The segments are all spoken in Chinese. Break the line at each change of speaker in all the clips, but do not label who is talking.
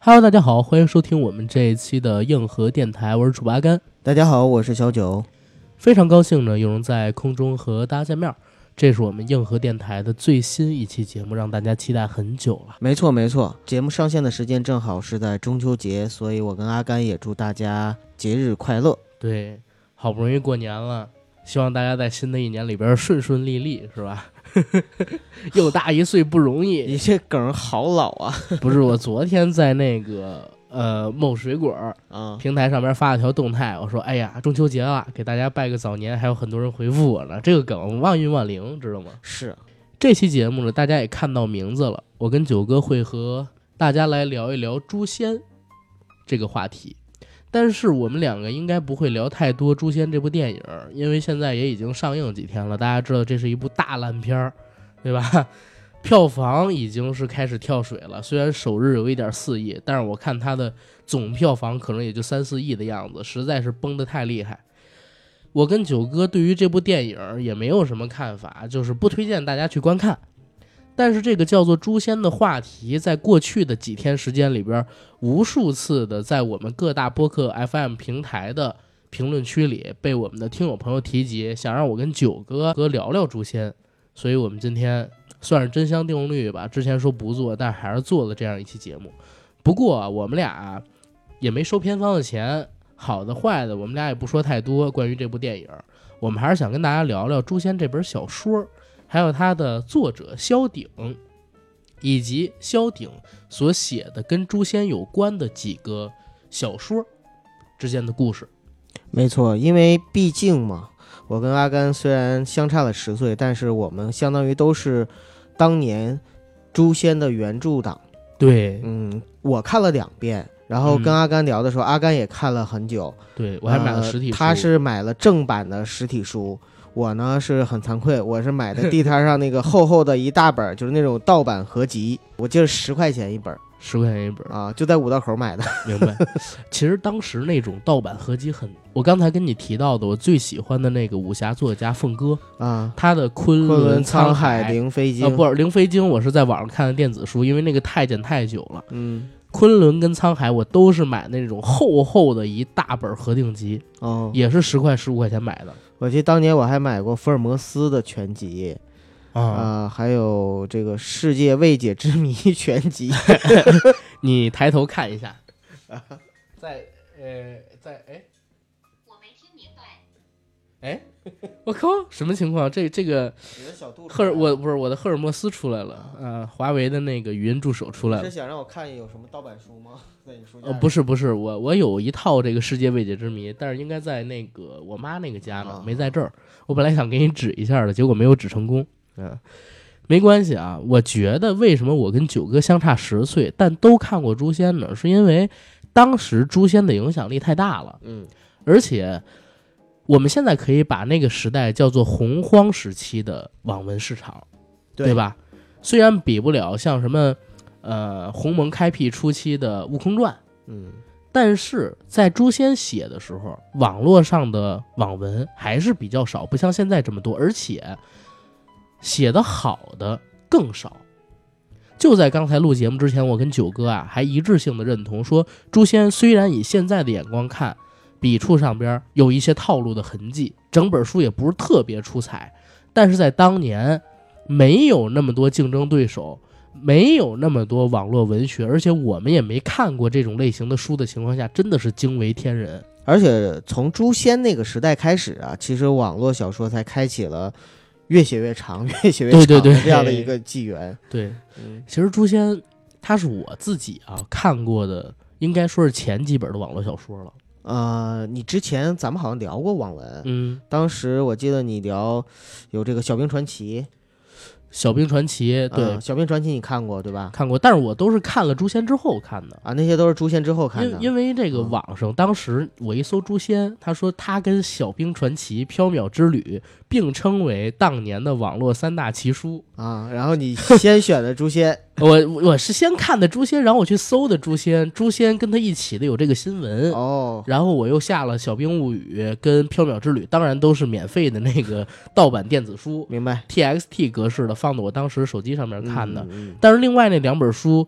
Hello，大家好，欢迎收听我们这一期的硬核电台，我是主播阿甘，
大家好，我是小九。
非常高兴呢，又能在空中和大家见面儿。这是我们硬核电台的最新一期节目，让大家期待很久了。
没错，没错，节目上线的时间正好是在中秋节，所以我跟阿甘也祝大家节日快乐。
对，好不容易过年了，希望大家在新的一年里边顺顺利利，是吧？ 又大一岁不容易。
你这梗好老啊！
不是，我昨天在那个呃某水果儿
啊，
平台上面发了条动态，我说：“哎呀，中秋节了，给大家拜个早年。”还有很多人回复我呢，这个梗万运万灵，知道吗？
是
这期节目呢，大家也看到名字了，我跟九哥会和大家来聊一聊诛仙这个话题。但是我们两个应该不会聊太多《诛仙》这部电影，因为现在也已经上映几天了。大家知道这是一部大烂片儿，对吧？ 票房已经是开始跳水了，虽然首日有一点四亿，但是我看它的总票房可能也就三四亿的样子，实在是崩得太厉害。我跟九哥对于这部电影也没有什么看法，就是不推荐大家去观看。但是这个叫做“诛仙”的话题，在过去的几天时间里边，无数次的在我们各大播客 FM 平台的评论区里被我们的听友朋友提及，想让我跟九哥哥聊聊《诛仙》，所以我们今天算是真香定律吧。之前说不做，但还是做了这样一期节目。不过啊我们俩也没收片方的钱，好的坏的，我们俩也不说太多关于这部电影。我们还是想跟大家聊聊《诛仙》这本小说，还有它的作者萧鼎，以及萧鼎所写的跟诛仙有关的几个小说之间的故事。
没错，因为毕竟嘛，我跟阿甘虽然相差了十岁，但是我们相当于都是当年《诛仙》的原著党。
对
嗯，我看了两遍，然后跟
嗯
阿甘聊的时候，阿甘也看了很久。
对，我还买了
呃
实体书。
他是买了正版的实体书，我呢是很惭愧，我是买的地摊 上那个厚厚的一大本儿，就是那种盗版合集，我记得十块钱一本儿
十块钱一本，
啊，就在五道口买的。
明白。 其实当时那种盗版合集很，我刚才跟你提到的，我最喜欢的那个武侠作家凤哥，
啊，
他的《昆
昆
仑
仑
嗯沧
沧海
啊、
凌飞经，
呃，不是《灵飞经》，我是在网上看的电子书，因为那个太监太久了。
嗯，
昆仑跟沧海，我都是买那种厚厚的一大本合订集，
哦，
也是十块十五块钱买的
我记得当年我还买过福尔摩斯的全集
啊。
啊，还有这个世界未解之谜 全 集，
你抬头看一下，在呃，在哎
我没听明白。
哎， 我靠，什么情况？这这个赫尔，
啊
我不是我的赫尔墨斯出来了，呃，华为的那个语音助手出来
是
了。
想让我看有什么盗版书吗？在你书
呃，不是不是，我我有一套这个世界未解之谜，但是应该在那个我妈那个家呢
啊，
没在这儿。我本来想给你指一下的，结果没有指成功。嗯，没关系啊。我觉得为什么我跟九哥相差十岁，但都看过《诛仙》呢？是因为当时《诛仙》的影响力太大了。
嗯，
而且我们现在可以把那个时代叫做洪荒时期的网文市场，对
对？
吧？虽然比不了像什么呃鸿蒙开辟初期的《悟空传》，
嗯，
但是在诛仙写的时候，网络上的网文还是比较少，不像现在这么多，而且写的好的更少。就在刚才录节目之前，我跟九哥啊还一致性的认同说，诛仙虽然以现在的眼光看，笔触上边有一些套路的痕迹，整本书也不是特别出彩，但是在当年没有那么多竞争对手，没有那么多网络文学，而且我们也没看过这种类型的书的情况下，真的是惊为天人。
而且从诛仙那个时代开始啊，其实网络小说才开启了越写越长、 越写越长
对对对
这样的一个纪元。
对，
嗯
其实《诛仙》它是我自己啊看过的，应该说是前几本的网络小说了。
呃，你之前咱们好像聊过网文，
嗯，
当时我记得你聊有这个《小兵传奇》
《小兵传奇》对、
嗯小兵传奇》你看过对吧？
看过，但是我都是看了《诛仙》之后看的。
啊，那些都是诛仙之后看的
因。因为这个
嗯
网上，当时我一搜《诛仙》，他说他跟《小兵传奇》《缥缈之旅》并称为当年的网络三大奇书。
啊，然后你先选的诛仙，
我我是先看的《诛仙》，然后我去搜的《诛仙》，《诛仙》跟他一起的有这个新闻，
哦，
然后我又下了《小兵物语》跟《缥缈之旅》，当然都是免费的那个盗版电子书
明白，
，TXT 格式的，放到我当时手机上面看的。
嗯，嗯嗯
但是另外那两本书，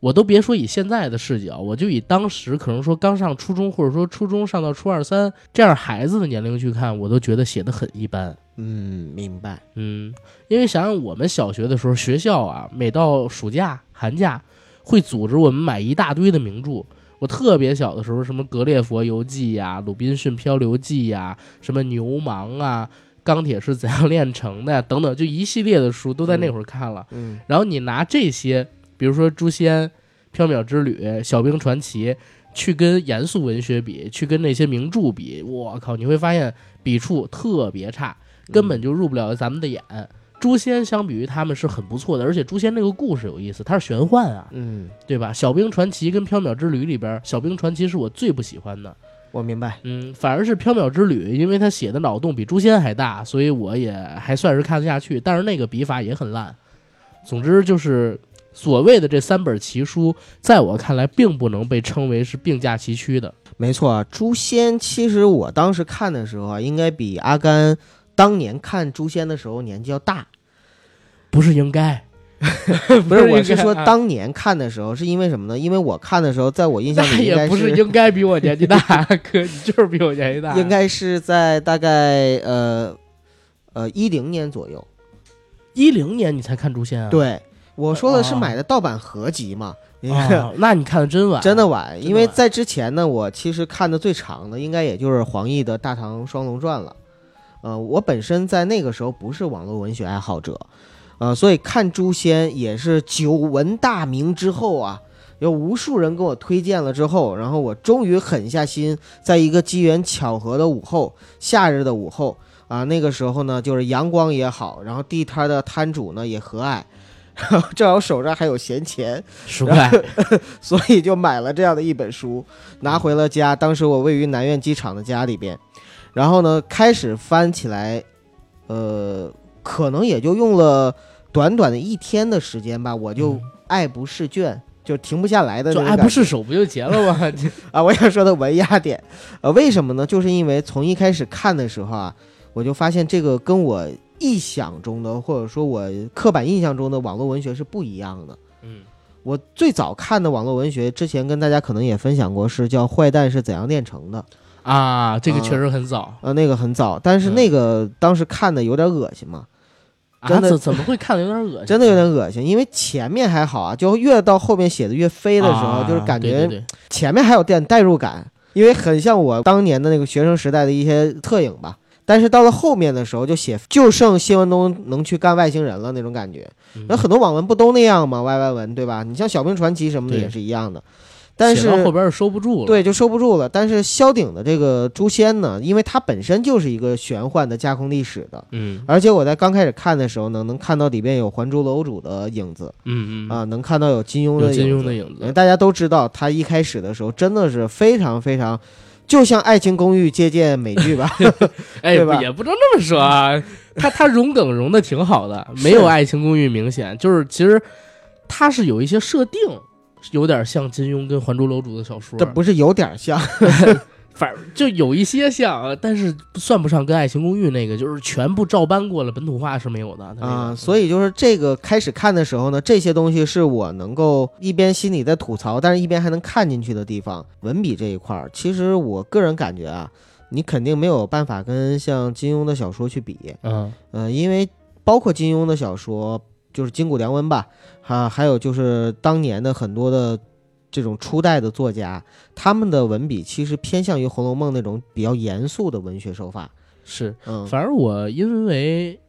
我都别说以现在的视角，我就以当时可能说刚上初中，或者说初中上到初二三这样孩子的年龄去看，我都觉得写的很一般。
嗯，明白。
嗯，因为想想我们小学的时候，学校啊，每到暑假、寒假会组织我们买一大堆的名著。我特别小的时候，什么《格列佛游记》呀，《鲁滨逊漂流记》呀，什么《牛虻》啊，《钢铁是怎样炼成的》呀，等等，就一系列的书都在那会儿看了。
嗯
然后你拿这些，比如说《诛仙》《缥缈之旅》《小兵传奇》，去跟严肃文学比，去跟那些名著比，我靠，你会发现笔触特别差，根
嗯
本就入不了咱们的眼。诛仙相比于他们是很不错的，而且诛仙这个故事有意思，它是玄幻啊，
嗯，
对吧？《小兵传奇》跟《缥缈之旅》里边，《小兵传奇》是我最不喜欢的，
我明白。
嗯，反而是《缥缈之旅》，因为它写的脑洞比《诛仙》还大，所以我也还算是看得下去。但是那个笔法也很烂。总之就是，所谓的这三本奇书，在我看来，并不能被称为是并驾齐驱的。
没错啊，《诛仙》其实我当时看的时候啊，应该比阿甘当年看《诛仙》的时候年纪要大。
不是应 该，
不是，
不是
我是
应该
说
啊
当年看的时候是因为什么呢？因为我看的时候，在我印象
那
里应
也
该
不是
是
应该比我年纪 大，哥，你就是比我年纪 大。
应该是在大概呃呃一零年左右。
一零年你才看《诛仙》啊？
对，我说的是
哦
买的盗版合集嘛。你看
哦，那你看的真晚，
真的晚，
真的
因为
晚
在之前呢，我其实看的最长的应该也就是黄奕的《大唐双龙传》了。呃，我本身在那个时候不是网络文学爱好者，呃，所以看《诛仙》也是久闻大名之后啊，有无数人给我推荐了之后，然后我终于狠下心，在一个机缘巧合的午后，夏日的午后啊、那个时候呢，就是阳光也好，然后地摊的摊主呢也和蔼， 然后正好手上还有闲钱，
十 块，
所以就买了这样的一本书，拿回了家。当时我位于南苑机场的家里边，然后呢，开始翻起来，呃，可能也就用了短短的一天的时间吧，我就
嗯
爱不释卷，就停不下来的那
就
种
爱
感觉。
不释手不就结了 吗？这
啊，我想说的文雅点，呃，为什么呢？就是因为从一开始看的时候啊，我就发现这个跟我臆想中的，或者说我刻板印象中的网络文学是不一样的。
嗯，
我最早看的网络文学，之前跟大家可能也分享过，是叫《坏蛋是怎样炼成的》，
啊，这个确实很早。
呃，那个很早，但是
嗯
那个当时看的有点恶心嘛，
啊，
真的
怎怎么会看的有点恶心？
真的有点恶心，因为前面还好啊，就越到后面写的越飞的时候，
啊
就是感
对对
觉
对
前面还有点代入感，因为很像我当年的那个学生时代的一些特影吧。但是到了后面的时候，就写就剩谢文东能去干外星人了那种感觉。
嗯
那很多网文不都那样吗？Y Y 文对吧？你像《小兵传奇》什么的
对
也是一样的，但
写
是
到后边儿就收不住了。
对，就收不住了。但是萧鼎的这个《诛仙》呢，因为它本身就是一个玄幻的架空历史的，
嗯
而且我在刚开始看的时候呢，能看到里边有《还珠楼主》的影子
嗯嗯
啊，能看到有金庸
有
的
金
影
庸
子。
的影
呃
子，
大家都知道，他一开始的时候真的是非常非常，就像《爱情公寓》借鉴美剧吧，
哎，
对
不
吧
也不能这么说 啊。他他融梗融的挺好的，没
是
有《爱情公寓》明显，就是其实他是有一些设定，有点像金庸跟《还珠楼主》的小说
这，不是有点像？
反正就有一些像，但是算不上跟《爱情公寓》那个，就是全部照搬过了，本土化是没有的
啊，
以
所以就是这个开始看的时候呢，这些东西是我能够一边心里在吐槽，但是一边还能看进去的地方。文笔这一块儿，其实我个人感觉啊，你肯定没有办法跟像金庸的小说去比，
嗯
呃，因为包括金庸的小说，就是筋骨良文吧，啊，还有就是当年的很多的这种初代的作家，他们的文笔其实偏向于《红楼梦》那种比较严肃的文学手法。
是，
嗯，
反正我因为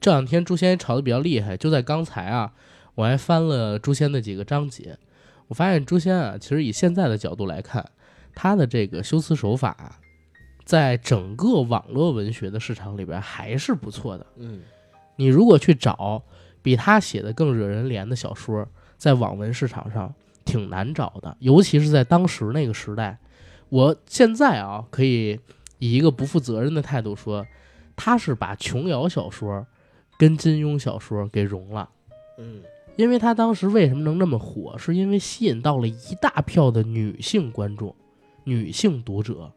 这两天《诛仙》炒的比较厉害，就在刚才啊，我还翻了《诛仙》的几个章节，我发现《诛仙》啊，其实以现在的角度来看，它的这个修辞手法啊、在整个网络文学的市场里边还是不错的。
嗯，
你如果去找比他写的更惹人怜的小说，在网文市场上挺难找的，尤其是在当时那个时代。我现在啊，可以以一个不负责任的态度说，他是把琼瑶小说跟金庸小说给融了。
嗯，
因为他当时为什么能那么火，是因为吸引到了一大票的女性观众、女性读者。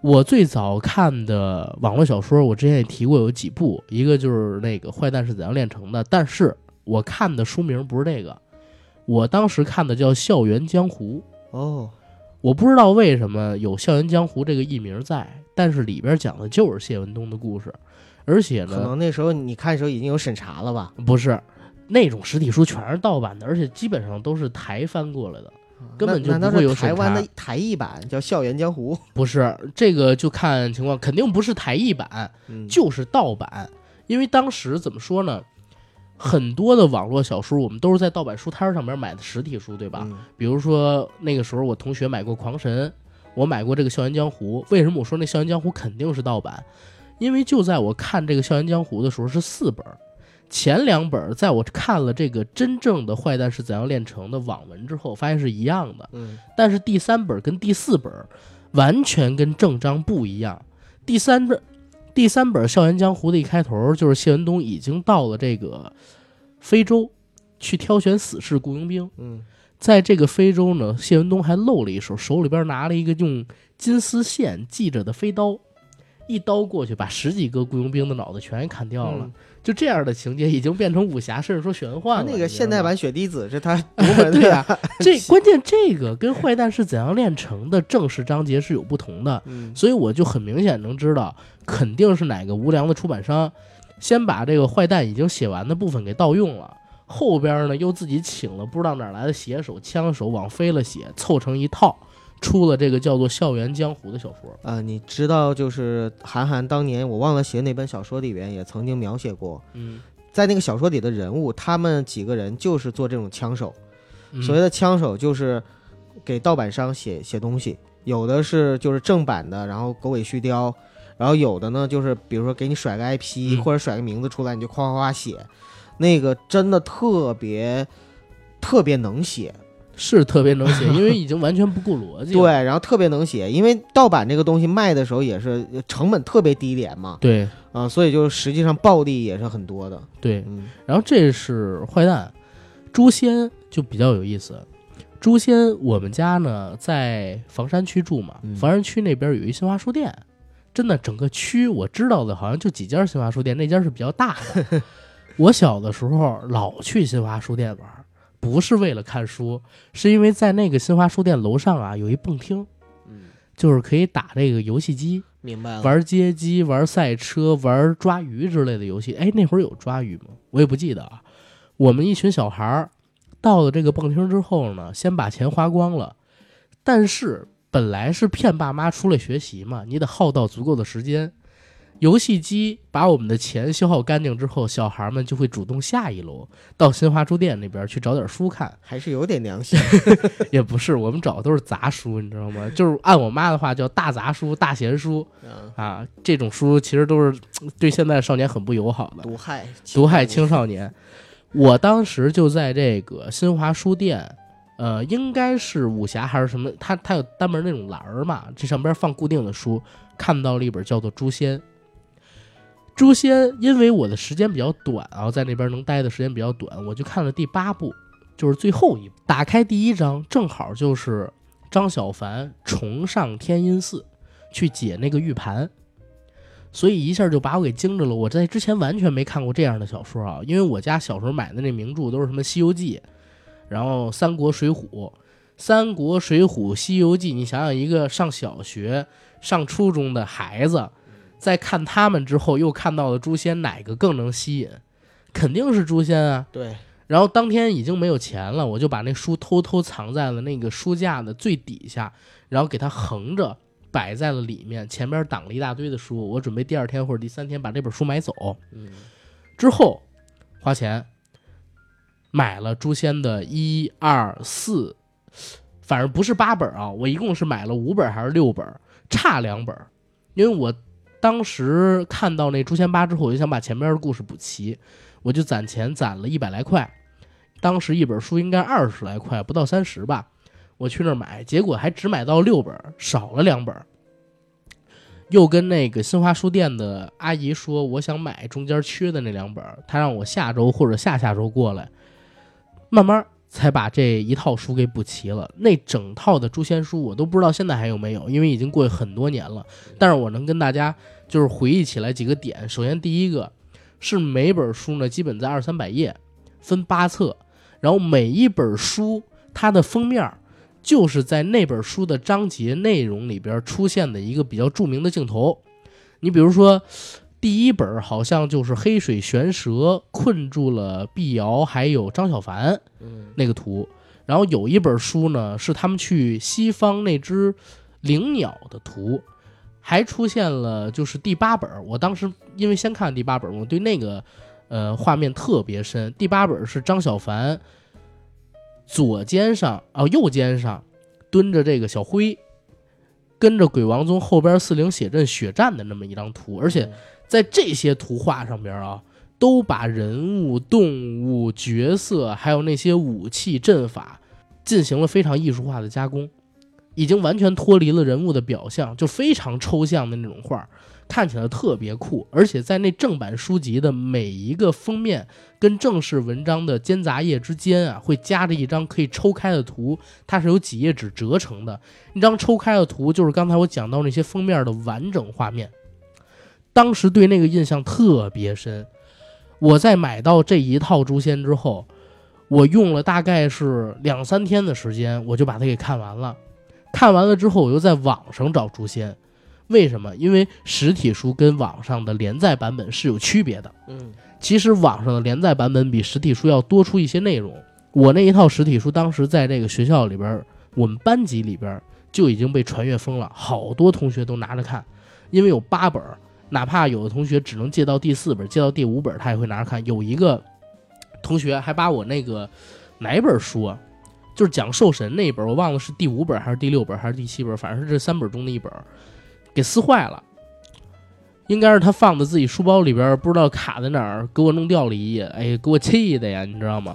我最早看的网络小说，我之前也提过有几部，一个就是那个《坏蛋是怎样炼成的》，但是我看的书名不是这个，我当时看的叫《校园江湖》，
哦，
我不知道为什么有《校园江湖》这个艺名在，但是里边讲的就是谢文东的故事，而且
可
呢，
能那时候你看的时候已经有审查了吧？
不是那种实体书全是盗版的，而且基本上都是台翻过来的，根本就
啊那难道
不会有
是
审
台湾
查
的台译版叫《校园 江湖》？
不是这个就看情况，肯定不是台译版，
嗯，
就是盗版，因为当时怎么说呢？很多的网络小说，我们都是在盗版书摊上面买的实体书，对吧？
嗯
比如说那个时候我同学买过《狂神》，我买过这个《校园江湖》。为什么我说那《校园江湖》肯定是盗版？因为就在我看这个《校园江湖》的时候是四本儿，前两本儿在我看了这个真正的《坏蛋是怎样炼成的》网文之后，发现是一样的，
嗯，
但是第三本儿跟第四本儿完全跟正章不一样。第三本第三本《校园江湖》的一开头就是谢文东已经到了这个非洲去挑选死士雇佣兵。
嗯
在这个非洲呢，谢文东还露了一手，手里边拿了一个用金丝线系着的飞刀，一刀过去把十几个雇佣兵的脑袋全砍掉了。
嗯
就这样的情节已经变成武侠，甚至说玄幻
他
了。
那
你
个
知
现
道
代
吗
版雪滴子 是他读本的呀，
这关键这个跟《坏蛋是怎样炼成的》正式章节是有不同的，
嗯
所以我就很明显能知道，肯定是哪个无良的出版商先把这个坏蛋已经写完的部分给盗用了，后边呢又自己请了不知道哪儿来的写手、枪手往飞了写，凑成一套，出了这个叫做《校园江湖》的小说。
呃，你知道就是韩寒当年我忘了写哪本小说里边也曾经描写过，
嗯，
在那个小说里的人物，他们几个人就是做这种枪手。所谓
以
的枪手就是给盗版商写写东西，有的是就是正版的，然后狗尾续貂，然后有的呢就是比如说给你甩个 IP、
嗯
或者甩个名字出来，你就夸夸夸写，那个真的特别特别能写，
是特别能写，因为已经完全不顾逻辑
对，
了。
然后特别能写，因为盗版这个东西卖的时候也是成本特别低廉嘛，
对
啊、所以就是实际上暴利也是很多的，
对，
嗯
然后这是坏蛋，诛仙就比较有意思。诛仙，我们家呢在房山区住嘛，
嗯
房山区那边有一新华书店，真的整个区我知道的好像就几家新华书店，那家是比较大的。我小的时候老去新华书店玩，不是为了看书，是因为在那个新华书店楼上啊有一蹦厅，
嗯，
就是可以打这个游戏机，
明白了，
玩街机、玩赛车、玩抓鱼之类的游戏。哎，那会儿有抓鱼吗？我也不记得啊。我们一群小孩儿到了这个蹦厅之后呢，先把钱花光了，但是本来是骗爸妈出来学习嘛，你得耗到足够的时间。游戏机把我们的钱消耗干净之后，小孩儿们就会主动下一楼到新华书店那边去找点书看。
还是有点良心，
也不是，我们找的都是杂书，你知道吗？就是按我妈的话叫大杂书、大闲书。
嗯，
啊，这种书其实都是对现在少年很不友好的，
毒害
毒害青少年。我当时就在这个新华书店，呃，应该是武侠还是什么，它它有单门那种栏儿嘛，这上边放固定的书，看到了一本叫做《诛仙》。诛仙，因为我的时间比较短啊，在那边能待的时间比较短，我就看了第八部，就是最后一部。打开第一章，正好就是张小凡重上天音寺去解那个玉盘，所以一下就把我给惊着了。我在之前完全没看过这样的小说啊，因为我家小时候买的那名著都是什么《西游记》，然后《三国》《水浒》。《三国》《水浒》《西游记》，你想想，一个上小学、上初中的孩子，在看他们之后，又看到了《诛仙》，哪个更能吸引？肯定是《诛仙》啊！
对，
然后当天已经没有钱了，我就把那书偷偷藏在了那个书架的最底下，然后给它横着摆在了里面，前边挡了一大堆的书，我准备第二天或者第三天把这本书买走。
嗯
之后花钱买了《诛仙》的一二四，反正不是八本啊，我一共是买了五本还是六本，差两本，因为我当时看到那《诛仙八》之后，我就想把前面的故事补齐，我就攒钱攒了一百来块，当时一本书应该二十来块，不到三十吧。我去那儿买，结果还只买到六本，少了两本。又跟那个新华书店的阿姨说，我想买中间缺的那两本儿，她让我下周或者下下周过来，慢慢才把这一套书给补齐了。那整套的《诛仙书》我都不知道现在还有没有，因为已经过去很多年了。但是我能跟大家就是回忆起来几个点。首先第一个是每本书呢，基本在二三百页，分八册。然后每一本书它的封面儿就是在那本书的章节内容里边出现的一个比较著名的镜头。你比如说，第一本好像就是黑水玄蛇困住了碧瑶还有张小凡，
嗯
那个图。然后有一本书呢，是他们去西方那只灵鸟的图，还出现了就是第八本。我当时因为先看第八本，我对那个呃画面特别深。第八本是张小凡左肩上哦、右肩上蹲着这个小灰，跟着鬼王宗后边四灵血阵血战的那么一张图，而且在这些图画上边啊，都把人物、动物、角色，还有那些武器、阵法，进行了非常艺术化的加工，已经完全脱离了人物的表象，就非常抽象的那种画，看起来特别酷。而且在那正版书籍的每一个封面跟正式文章的间杂页之间啊，会夹着一张可以抽开的图，它是由几页纸折成的。那张抽开的图就是刚才我讲到那些封面的完整画面。当时对那个印象特别深。我在买到这一套《诛仙》之后，我用了大概是两三天的时间，我就把它给看完了。看完了之后，我又在网上找《诛仙》，为什么？因为实体书跟网上的连载版本是有区别的。
嗯
其实网上的连载版本比实体书要多出一些内容。我那一套实体书当时在这个学校里边儿，我们班级里边儿就已经被传阅疯了，好多同学都拿着看，因为有八本儿，哪怕有的同学只能借到第四本儿，借到第五本儿他也会拿着看。有一个同学还把我那个哪一本书啊，就是讲兽神那一本儿，我忘了是第五本儿还是第六本儿还是第七本儿，反正是这三本儿中的一本儿，给撕坏了。应该是他放在自己书包里边儿，不知道卡在哪儿，给我弄掉了一页。哎，给我气的呀，你知道吗？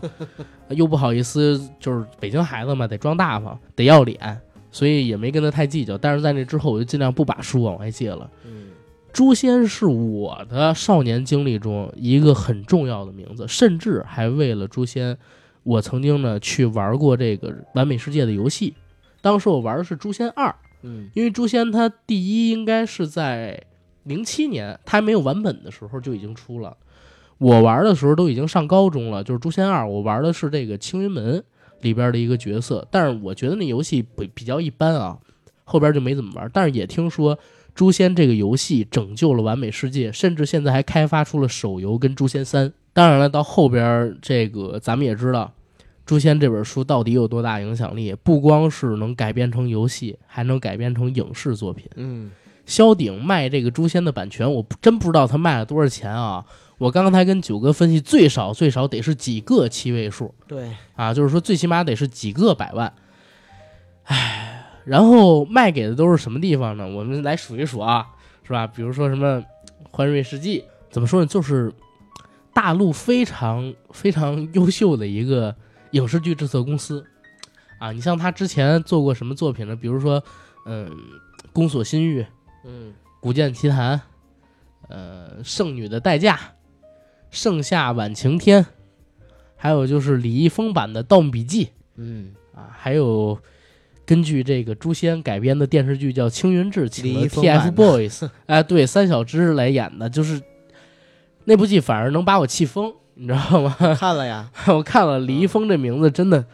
又不好意思，就是北京孩子嘛，得装大方，得要脸，所以也没跟他太计较。但是在那之后，我就尽量不把书往外借了。
嗯
诛仙是我的少年经历中一个很重要的名字，甚至还为了诛仙，我曾经呢去玩过这个完美世界的游戏。当时我玩的是《诛仙二》，
嗯
因为《诛仙》它第一应该是在零七年，它还没有完本的时候就已经出了。我玩的时候都已经上高中了，就是《诛仙二》，我玩的是这个青云门里边的一个角色，但是我觉得那游戏比比较一般啊，后边就没怎么玩。但是也听说《诛仙》这个游戏拯救了完美世界，甚至现在还开发出了手游跟《诛仙三》。当然了，到后边这个咱们也知道，《诛仙》这本书到底有多大影响力？不光是能改编成游戏，还能改编成影视作品。
嗯
萧鼎卖这个《诛仙》的版权，我不真不知道他卖了多少钱啊！我刚才跟九哥分析，最少最少得是几个七位数
对
啊，就是说最起码得是几个百万。唉，然后卖给的都是什么地方呢？我们来数一数啊，是吧？比如说什么欢瑞世纪，怎么说呢？就是大陆非常非常优秀的一个影视剧制作公司啊。你像他之前做过什么作品呢？比如说，嗯，《宫锁心玉》。
嗯
《古剑奇谭》，呃，《圣女的代价》，《盛夏晚晴天》，还有就是李易峰版的《盗墓笔记
嗯，》
啊，还有根据这个《诛仙》改编的电视剧叫《青云志》，请了
李易峰版的
TFBOYS，哎，对，三小只来演的，就是那部剧反而能把我气疯，你知道吗？
看了呀，
我看了李易峰这名字，真的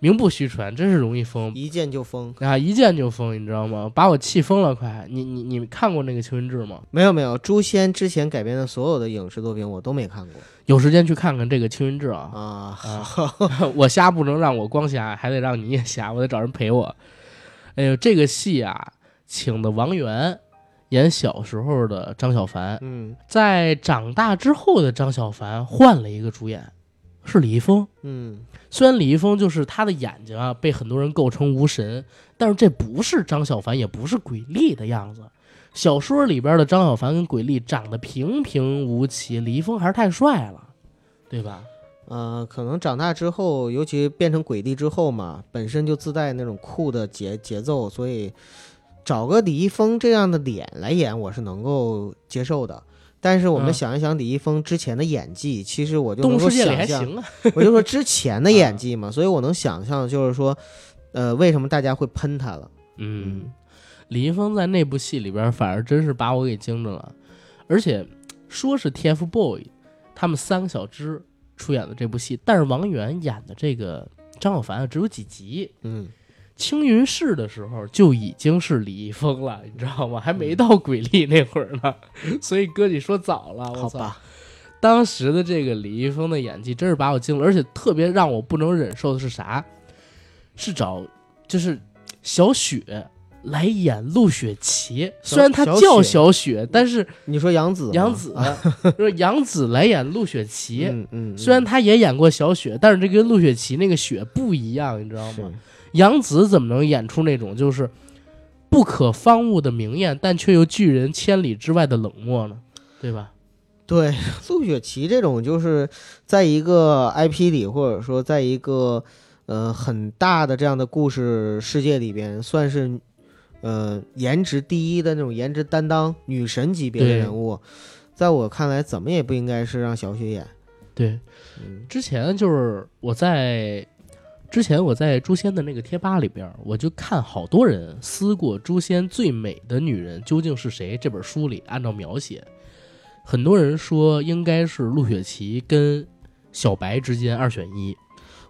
名不虚传，真是容易疯。
一见就疯。
啊！一见就疯，你知道吗？把我气疯了，快！你你你看过那个《青云志》吗？
没有没有，诛仙之前改编的所有的影视作品我都没看过
有时间去看看这个《青云志》 啊！
啊。
啊我瞎不能让我光瞎，还得让你也瞎，我得找人陪我。哎呦，这个戏啊，请的王源演小时候的张小凡，
嗯
在长大之后的张小凡换了一个主演，是李易峰。
嗯
虽然李易峰就是他的眼睛啊，被很多人构成无神，但是这不是张小凡，也不是鬼力的样子。小说里边的张小凡跟鬼力长得平平无奇，李易峰还是太帅了，对吧？
呃，可能长大之后，尤其变成鬼帝之后嘛，本身就自带那种酷的节节奏，所以找个李易峰这样的脸来演，我是能够接受的。但是我们
嗯
想一想李易峰之前的演技，其实我就
动
能
物
够
世界里
想
还
象，
行啊， 嗯
我就说之前的演技嘛，所以我能想象就是说，呃，为什么大家会喷他了？
嗯，李易峰在那部戏里边，反而真是把我给惊着了。而且说是 TFBOY，s 他们三个小只出演的这部戏，但是王源演的这个张小凡啊，只有几集，
嗯，
青云市的时候就已经是李易峰了，你知道吗？还没到鬼力那会儿呢，所以哥你说早了，我
好
操！
吧，
当时的这个李易峰的演技真是把我惊了，而且特别让我不能忍受的是啥？是找就是小雪来演陆雪琪，
小
虽然她
小
叫
雪
小雪，但是
你说杨紫吗，
杨紫 就是杨紫来演陆雪琪。
嗯，嗯嗯，
虽然她也演过小雪，但是这跟陆雪琪那个雪不一样，你知道吗
是？
杨紫怎么能演出那种就是不可方物的明艳，但却又拒人千里之外的冷漠呢？对吧？
对，陆雪琪这种就是在一个 IP 里，或者说在一个呃很大的这样的故事世界里边，算是呃颜值第一的那种颜值担当女神级别的
对
人物，在我看来，怎么也不应该是让小雪演。
对，
嗯
之前就是我在之前我在《诛仙》的那个贴吧里边儿，我就看好多人撕过《诛仙最美的女人究竟是谁》这本书里按照描写，很多人说应该是陆雪琪跟小白之间二选一。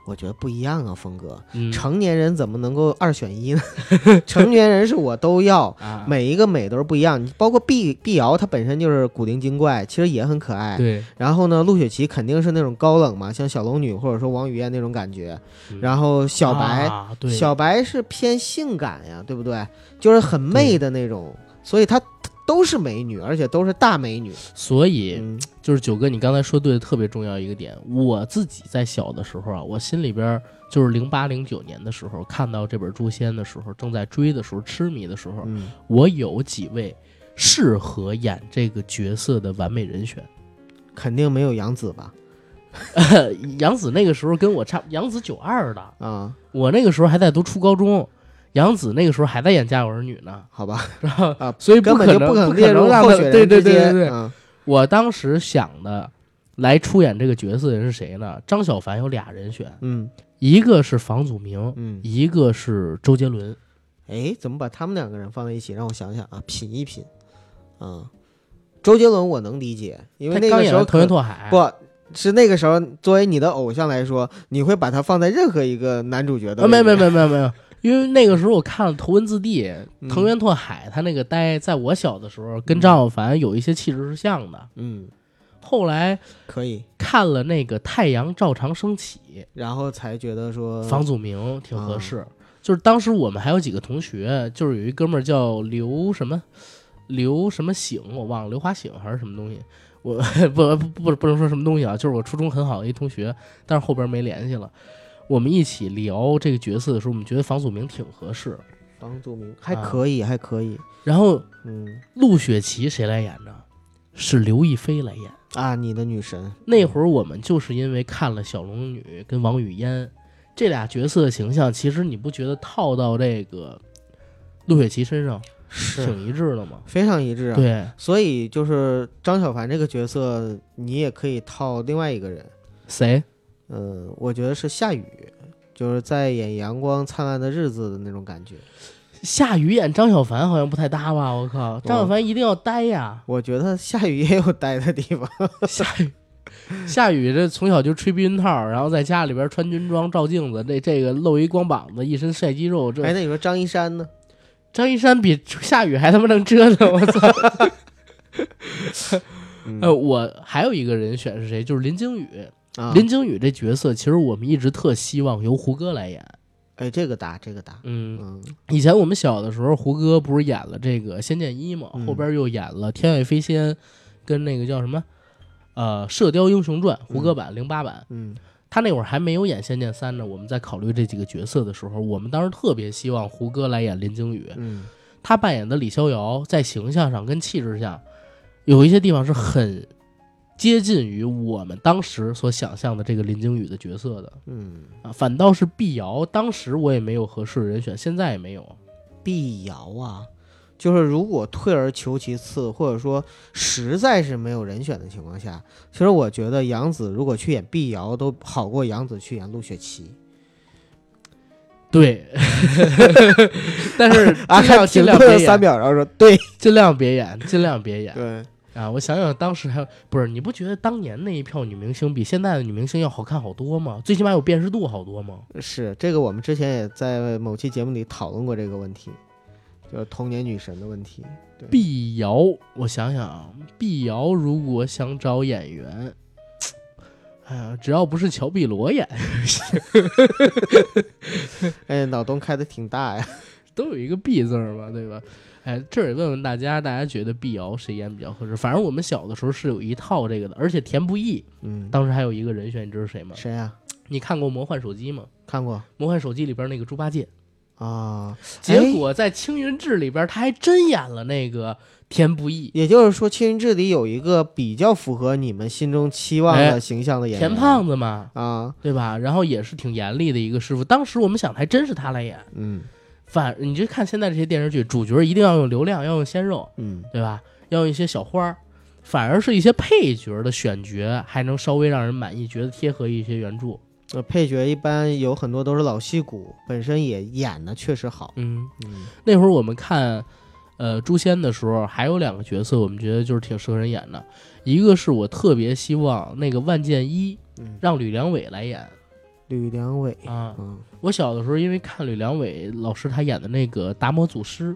我觉得不一样啊，峰哥，
嗯，
成年人怎么能够二选一呢？ 成年人是我都要。
啊，
每一个美都是不一样，包括碧碧瑶，她本身就是古灵精怪，其实也很可爱。
对，
然后呢，陆雪琪肯定是那种高冷嘛，像小龙女或者说王语嫣那种感觉。
嗯
然后小白，
啊、对
小白是偏性感呀，对不对？就是很媚的那种，
嗯
所以她都是美女，而且都是大美女。
所以。
嗯
就是九哥，你刚才说对的特别重要一个点。我自己在小的时候啊，我心里边儿就是零八零九年的时候看到这本《诛仙》的时候，正在追的时候，痴迷的时候，
嗯，
我有几位适合演这个角色的完美人选。
肯定没有杨紫吧？
杨紫那个时候跟我差，杨紫九二的，
啊，
我那个时候还在读初高中，杨紫那个时候还在演《家有儿女》呢，
好吧，
然后
啊
所以
根本
可
就
能不
可能列
可
入
能让
候
她
选人
对对
之
对对
间
对，
嗯
我当时想的来出演这个角色的人是谁呢？张小凡有俩人选，
嗯
一个是房祖名，
嗯，
一个是周杰伦。
哎，怎么把他们两个人放在一起？让我想想啊，品一品。嗯，周杰伦我能理解，因为
他
那
刚
个
演
时候
完《
可
藤原拓 海》，
不是那个时候，作为你的偶像来说，你会把它放在任何一个男主角的
啊，
位置、
没没没没没有，因为那个时候我看了《头文字 D》，
嗯
藤原拓海他那个呆，在我小的时候跟张小凡有一些气质是像的。
嗯，
后来
可以，
看了那个《太阳照常升起
然后才觉得说》，
房祖名挺合适。就是当时我们还有几个同学，就是有一哥们儿叫刘什么刘什么醒，我忘了刘华醒还是什么东西。我 不不不不能说什么东西啊，就是我初中很好的一同学，但是后边没联系了。我们一起聊这个角色的时候，我们觉得房祖名挺合适。
房祖名还可以，还可以，
然后
嗯
陆雪琪谁来演呢？是刘亦菲来演。
啊，你的女神，
那会儿我们就是因为看了小龙女跟王语嫣这俩角色的形象，其实你不觉得套到这个陆雪琪身上
是
挺一致的吗？
非常一致啊。
对，
所以就是张小凡这个角色，你也可以套另外一个人，
谁？
嗯、我觉得是夏雨，就是在演《阳光灿烂的日子》的那种感觉。
夏雨演张小凡好像不太搭吧？我靠，张小凡一定要呆 呀！
我觉得夏雨也有呆的地方，
夏雨，夏雨这从小就吹避孕套，然后在家里边穿军装照镜子，这这个露一光膀子，一身晒肌肉，这
哎，那你说张一山呢？
张一山比夏雨还他妈能 折腾，我操！
嗯
呃，我还有一个人选是谁？就是林惊宇。
啊，
林惊宇这角色，其实我们一直特希望由胡歌来演。
哎，这个搭，这个搭，
嗯，
嗯
以前我们小的时候，胡歌不是演了这个《仙剑一》嘛，
嗯
后边又演了《天外飞仙》，跟那个叫什么，呃，《射雕英雄传》胡歌版零八版。
嗯
他那会儿还没有演《仙剑三》呢。我们在考虑这几个角色的时候，我们当时特别希望胡歌来演林惊宇。
嗯，
他扮演的李逍遥在形象上跟气质上，有一些地方是很接近于我们当时所想象的这个林惊宇的角色的
嗯，
啊，反倒是碧瑶，当时我也没有合适的人选，现在也没有。
碧瑶啊，就是如果退而求其次，或者说实在是没有人选的情况下，其实我觉得杨紫如果去演碧瑶，都好过杨紫去演陆雪琪。
对， 但是
啊，
尽量尽量
停顿了
别
三
演，
秒，然后说对
尽量别演，尽量别演。
对，
啊！我想想，当时还有不是？你不觉得当年那一票女明星比现在的女明星要好看好多吗？最起码有辨识度好多吗？
是这个，我们之前也在某期节目里讨论过这个问题，就是童年女神的问题。
碧瑶，我想想啊，碧瑶如果想找演员，哎呀，只要不是乔碧萝演，
哎，脑洞开的挺大呀。
都有一个碧字儿嘛，对吧？哎，这儿也问问大家，大家觉得碧瑶谁演比较合适？反正我们小的时候是有一套这个的，而且田不易
嗯，
当时还有一个人选，你知道是谁吗？
谁呀、
你看过《魔幻手机》吗？
看过
《魔幻手机》里边那个猪八戒，
啊？
结果在《青云志》里边他还真演了那个田不易，
也就是说，《青云志》里有一个比较符合你们心中期望
哎
的形象的演员，
田胖子嘛，
啊，
对吧？然后也是挺严厉的一个师傅。当时我们想，还真是他来演。
嗯
反你就看现在这些电视剧，主角一定要用流量，要用鲜肉，
嗯，
对吧？要用一些小花儿，反而是一些配角的选角还能稍微让人满意，觉得贴合一些原著。
呃，配角一般有很多都是老戏骨，本身也演的确实好。
嗯，
嗯
那会儿我们看，呃，《诛仙》的时候，还有两个角色，我们觉得就是挺适合人演的。一个是我特别希望那个万剑一
嗯，
让吕良伟来演
吕良伟，
啊。
嗯
我小的时候因为看吕良伟老师他演的那个《达摩祖师》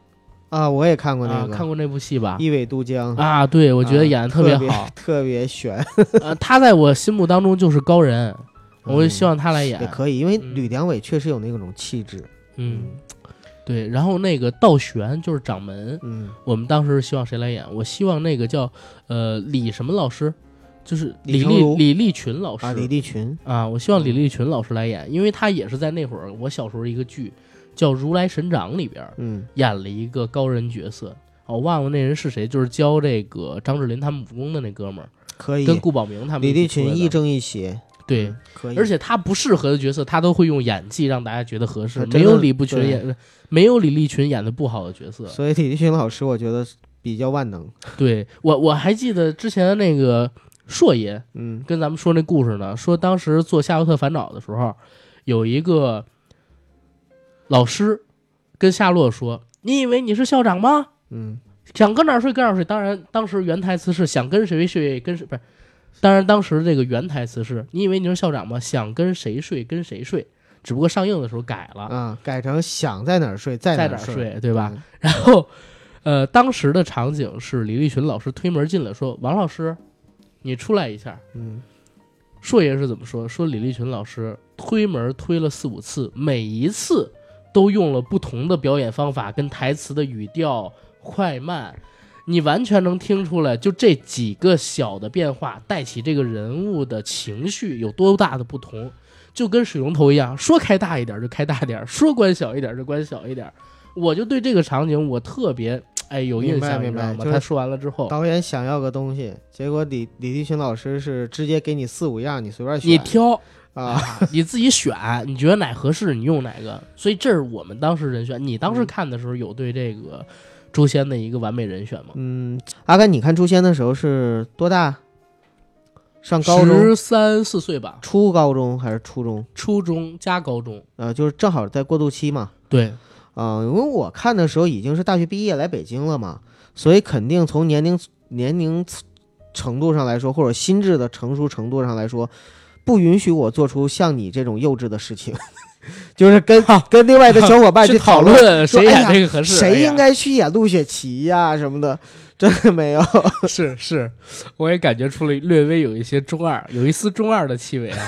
啊，我也看过那
啊，
个，
看过那部戏吧？
一苇渡江，
啊，对，我觉得
啊
演的特
特
别好。
特别悬。
呃，他在我心目当中就是高人，我
嗯
就希望他来演
也。可以，因为
嗯
吕良伟确实有那种气质。
嗯，对。然后那个道玄就是掌门，
嗯，
我们当时是希望谁来演？我希望那个叫呃李什么老师，就是
李
李
成
立
儒
李立群老师
啊，李立嗯群，
啊我希望李立群老师来演，因为他也是在那会儿我小时候一个剧叫《如来神掌》里边
嗯
演了一个高人角色。哦，忘了那人是谁，就是教这个张智霖他们武功的那哥们儿，
可以。
跟顾宝明他们
李
起
立
出来
群
的
亦正亦邪，
对，
嗯可以。
而且他不适合的角色，他都会用演技让大家觉得合适。
啊真的
没有李不群演，没有李立群演的不好的角色。
所以李立群老师，我觉得是比较万能。
对我我还记得之前那个硕爷
嗯
跟咱们说那故事呢，说当时做《夏洛特烦恼》的时候，有一个老师跟夏洛说：“你以为你是校长吗？
嗯，
想跟哪儿睡跟哪儿睡。”当然，当时原台词是想跟谁睡跟谁不是。当然，当时这个原台词是：“你以为你是校长吗？想跟谁睡跟谁睡。”只不过上映的时候改了，
啊，改成想在哪儿睡嗯
嗯
在
在
哪
哪
儿
儿，睡，对
对
吧？？ 然后，呃，当时的场景是李立群老师推门进来，说：“王老师，你出来一下。
嗯，”
硕爷是怎么说？说李立群老师推门推了四五次，每一次都用了不同的表演方法，跟台词的语调快慢，你完全能听出来，就这几个小的变化带起这个人物的情绪有多大的不同。就跟水龙头一样，说开大一点就开大点，说关小一点就关小一点。我就对这个场景我特别哎有印
明白
象，
明
你知道
白
吗？
就是
他说完了之后，
导演想要个东西，结果李李立群老师是直接给你四五样，你随便选。
你挑，
啊，
你自己选，你觉得哪合适你用哪个。所以这是我们当时人选。你当
嗯
时看的时候有对这个诛仙的一个完美人选吗？
嗯，阿甘，你看《诛仙》的时候是多大？上高中、
十三四岁吧，
初高中还是初中？
初中加高中。
呃，就是正好在过渡期嘛。
对，
啊、因为我看的时候已经是大学毕业来北京了嘛，所以肯定从年龄年龄程度上来说，或者心智的成熟程度上来说，不允许我做出像你这种幼稚的事情， 就是跟、跟另外的小伙伴去
去
讨论。
论谁
说哎
演
呀
这个合适，
谁
哎呀
应该去演陆雪琪呀、什么的，真的没有。
是是，我也感觉出了略微有一些中二，有一丝中二的气味啊。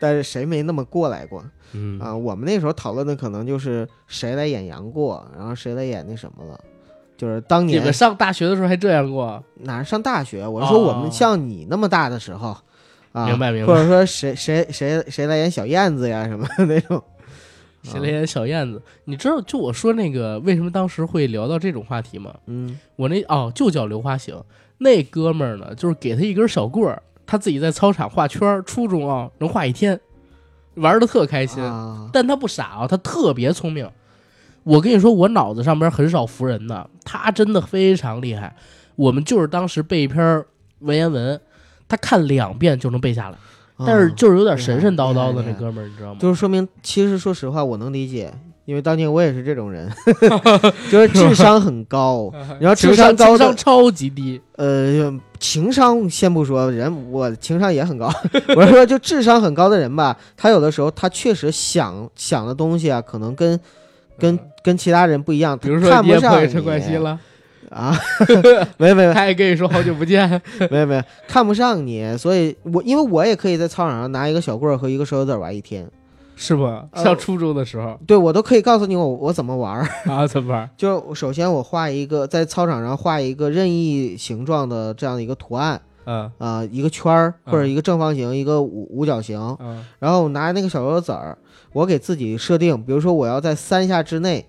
但是谁没那么过来过
嗯
啊？我们那时候讨论的可能就是谁来演杨过，然后谁来演那什么了，就是当
你
年啊
们上大学的时候还这样过？
哪上大学？我是说我们像你那么大的时候，啊，
哦明白明白
或者说谁谁谁谁来演小燕子呀什么的那 种，
谁来演小燕子？你知道，就我说那个，为什么当时会聊到这种话题吗？
嗯，
我那哦，就叫刘花行，那哥们儿呢，就是给他一根小棍儿，他自己在操场画圈儿，初中啊能画一天，玩的特开心。
啊，
但他不傻啊，他特别聪明。我跟你说，我脑子上边很少服人的，他真的非常厉害。我们就是当时背一篇文言文，他看两遍就能背下来，但是
啊
就是有点神神叨叨的
厉害厉
那
害
哥们儿，你知道吗？
就是说明，其实说实话，我能理解因为当年我也是这 种人，就是智商很高，然后
情
智
商
高
情
的
商，超级低，
呃，情商先不说，人我情商也很高， 我是说就智商很高的人吧，他有的时候他确实想想的东西啊，可能跟跟
嗯跟
跟其他人不一样，
比
他
如说
看
你
不
也碰
上
见陈冠希
你
了，
啊， 没有没有
他也跟你说好久不见，
没有没有看不上你，所以我因为我也可以在操场上拿一个小棍儿和一个手榴弹玩一天，
是吗？
呃
上初中的时候
对我都可以告诉你我我怎么玩儿。
啊，怎么办？
就是我首先我画一个在操场上画一个任意形状的这样的一个图案，
嗯
啊，一个圈儿
嗯
或者一个正方形，一个五五角形，
嗯
然后我拿那个小油子儿，我给自己设定，比如说我要在三下之内，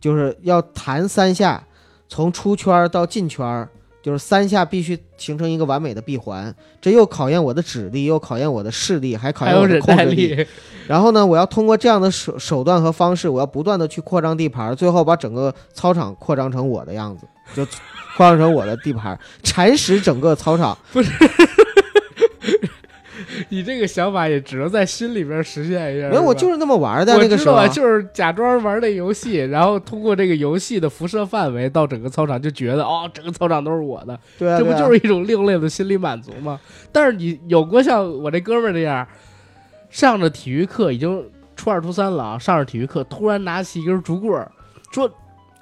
就是要弹三下，从出圈儿到进圈儿。就是三下必须形成一个完美的闭环，这又考验我的指力，又考验我的视力，还考
还
验
有
我的
忍
控
耐
制力。
力，
然后呢，我要通过这样的手手段和方式，我要不断的去扩张地盘，最后把整个操场扩张成我的样子，就扩张成我的地盘，蚕食整个 操场。
你这个想法也只能在心里边实现一下。
没有，
吧
我就是那么玩儿的。
我
那个
知
时候
道
啊
啊，，就是假装玩那游戏，然后通过这个游戏的辐射范围到整个操场，就觉得哦，整个操场都是我的，
对啊，
这不
对啊
就是一种另类的心理满足吗？但是你有过像我这哥们儿这样，上着体育课已经初二初三了啊，上着体育课突然拿起一根竹棍儿，说，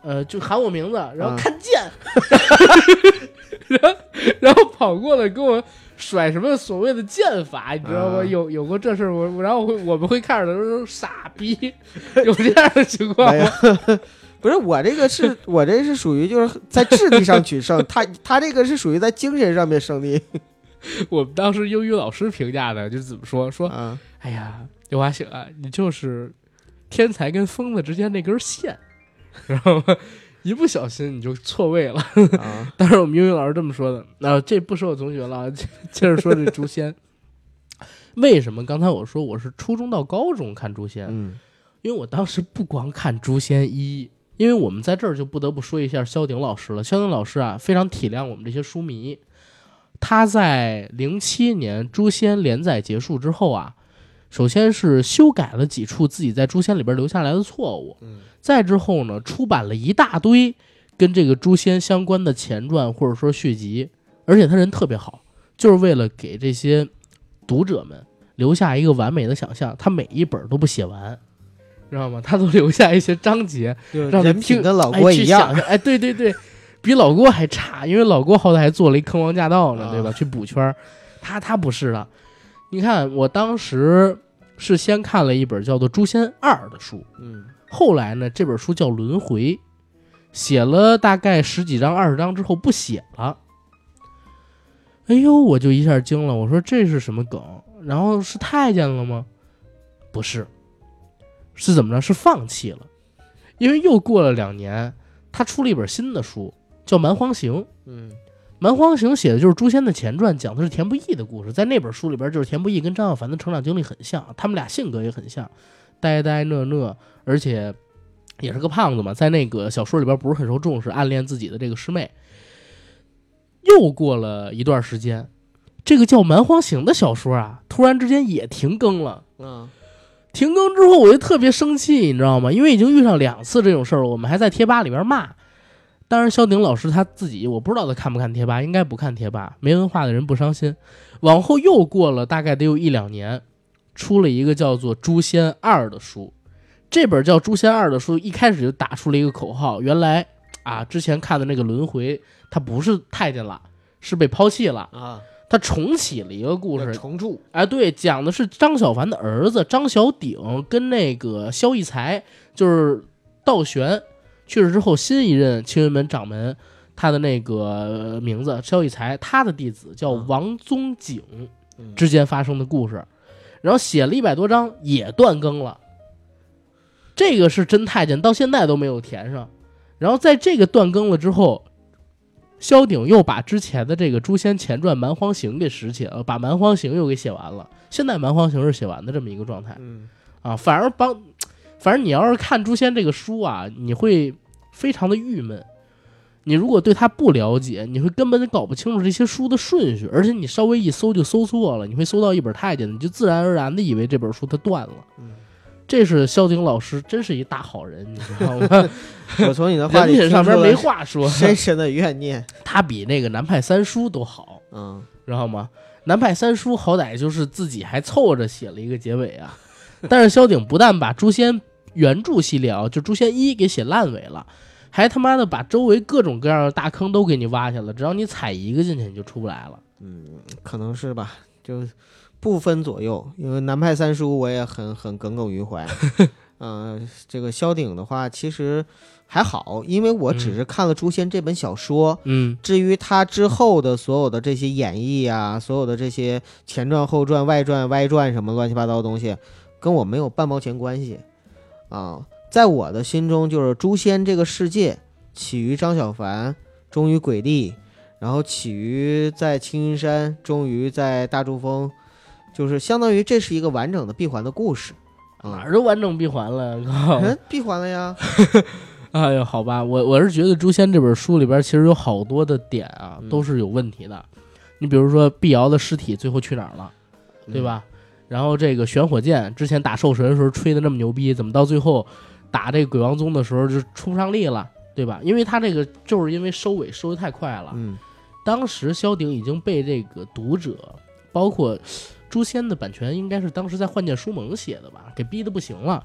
呃，就喊我名字，然后
嗯
看剑， 然后然后跑过来跟我。甩什么所谓的剑法，你知道吗？
啊
有有过这事儿，我我然后会我们会看着他说傻逼， 有这样的情况吗？
没有 不是我这个 是我这是属于就是在智力上取 胜，他他这个是属于在精神上面胜利
我们当时英语老师评价的就是怎么说说，
啊。
哎呀，刘华醒啊，你就是天才跟疯子之间那根线， 知道吗？一不小心你就错位了。
啊
当时我们英语老师这么说的。那、这不是我同学了 啊，接接着说这《诛仙》。为什么刚才我说我是初中到高中看《诛仙》？
嗯
因为我当时不光看《诛仙一》，因为我们在这儿就不得不说一下萧鼎老师了。萧鼎老师啊，非常体谅我们这些书迷。他在零七年《诛仙》连载结束之后啊，首先是修改了几处自己在《诛仙》里边留下来的错误，
嗯
再之后呢，出版了一大堆跟这个《诛仙》相关的前传或者说续集，而且他人特别好，就是为了给这些读者们留下一个完美的想象，他每一本都不写完。知道吗？ 他都留下一些章节，
就是
让
人
你听
品跟老
哎
郭
去
一样
想，着哎，对对对，比老郭还差，因为老郭好歹还做了一坑王驾到呢，
啊
对吧？去补圈儿，他他不是的。你看，我当时是先看了一本叫做《诛仙二》的书，
嗯
后来呢，这本书叫《轮回》，写了大概十几章、二十章之后不写了。哎呦，我就一下惊了，我说这是什么梗？然后是太监了吗？不是，是怎么着？是放弃了，因为又过了两年，他出了一本新的书，叫《蛮荒行》。
嗯
《蛮荒行》写的就是《诛仙》的前传，讲的是田不易的故事。在那本书里边，就是田不易跟张小凡的成长经历很像，他们俩性格也很像，呆呆讷讷，而且呃也是个胖子嘛。在那个小说里边不是很受重视，暗恋自己的这个师妹。又过了一段时间，这个叫《蛮荒行》的小说啊，突然之间也停更了。
嗯
停更之后，我就特别生气，你知道吗？因为已经遇上两次这种事儿了，我们还在贴吧里边骂。当然，萧鼎老师他自己，我不知道他看不看贴吧，应该不看贴吧。没文化的人不伤心。往后又过了大概得有一两年，出了一个叫做《诛仙二》的书。这本叫《诛仙二》的书一开始就打出了一个口号，原来啊，之前看的那个轮回，他不是太监了，是被抛弃了，
啊，
他重启了一个故事，
重铸
哎，对，讲的是张小凡的儿子张小鼎跟那个萧逸才，就是道玄去世之后，新一任青云门掌门，他的那个呃名字萧逸才，他的弟子叫
嗯
王宗景
嗯
之间发生的故事，然后写了一百多章，也断更了。这个是真太监，到现在都没有填上。然后在这个断更了之后，萧鼎又把之前的这个《诛仙前传》《蛮荒行》给拾起了，把《蛮荒行》又给写完了。现在《蛮荒行》是写完的这么一个状态
嗯
啊，反而帮，反正你要是看《诛仙》这个书啊，你会非常的郁闷。你如果对它不了解，你会根本就搞不清楚这些书的顺序，而且你稍微一搜就搜错了，你会搜到一本太监的，你就自然而然的以为这本书它断了。
嗯。
这是萧鼎老师，真是一大好人，你知道 吗？
我从你的话
人
里
品上
听
面
出
没
了
话说，
深深的怨念。
他比那个南派三叔都好，
嗯，
知道吗？南派三叔好歹就是自己还凑着写了一个结尾啊，但是萧鼎不但把《诛仙》原著系列啊，就《诛仙一》给写烂尾了，还他妈的把周围各种各样的大坑都给你挖下了，只要你踩一个进去，你就出不来了。
可能是吧，就不分左右，因为南派三叔我也很很耿耿于怀。嗯、这个萧鼎的话其实还好，因为我只是看了《诛仙》这本小说。
嗯
至于他之后的所有的这些演绎啊，所有的这些前传、后传、外传、歪传什么乱七八糟的东西，跟我没有半毛钱关系啊。在我的心中，就是《诛仙》这个世界起于张小凡，终于鬼帝，然后起于在青云山，终于在大珠峰，就是相当于这是一个完整的闭环的故事。
哪
啊、
儿都完整闭环了，靠！
嗯，闭环了呀。
哎呦，好吧，我我是觉得《诛仙》这本书里边其实有好多的点啊，
嗯
都是有问题的。你比如说碧瑶的尸体最后去哪儿了，
嗯
对吧？然后这个玄火剑之前打兽神的时候吹的那么牛逼，怎么到最后打这个鬼王宗的时候就出不上力了，对吧？因为他这个就是因为收尾收的太快了。
嗯？
当时萧鼎已经被这个读者，包括《诛仙》的版权，应该是当时在幻剑书盟写的吧，给逼得不行了，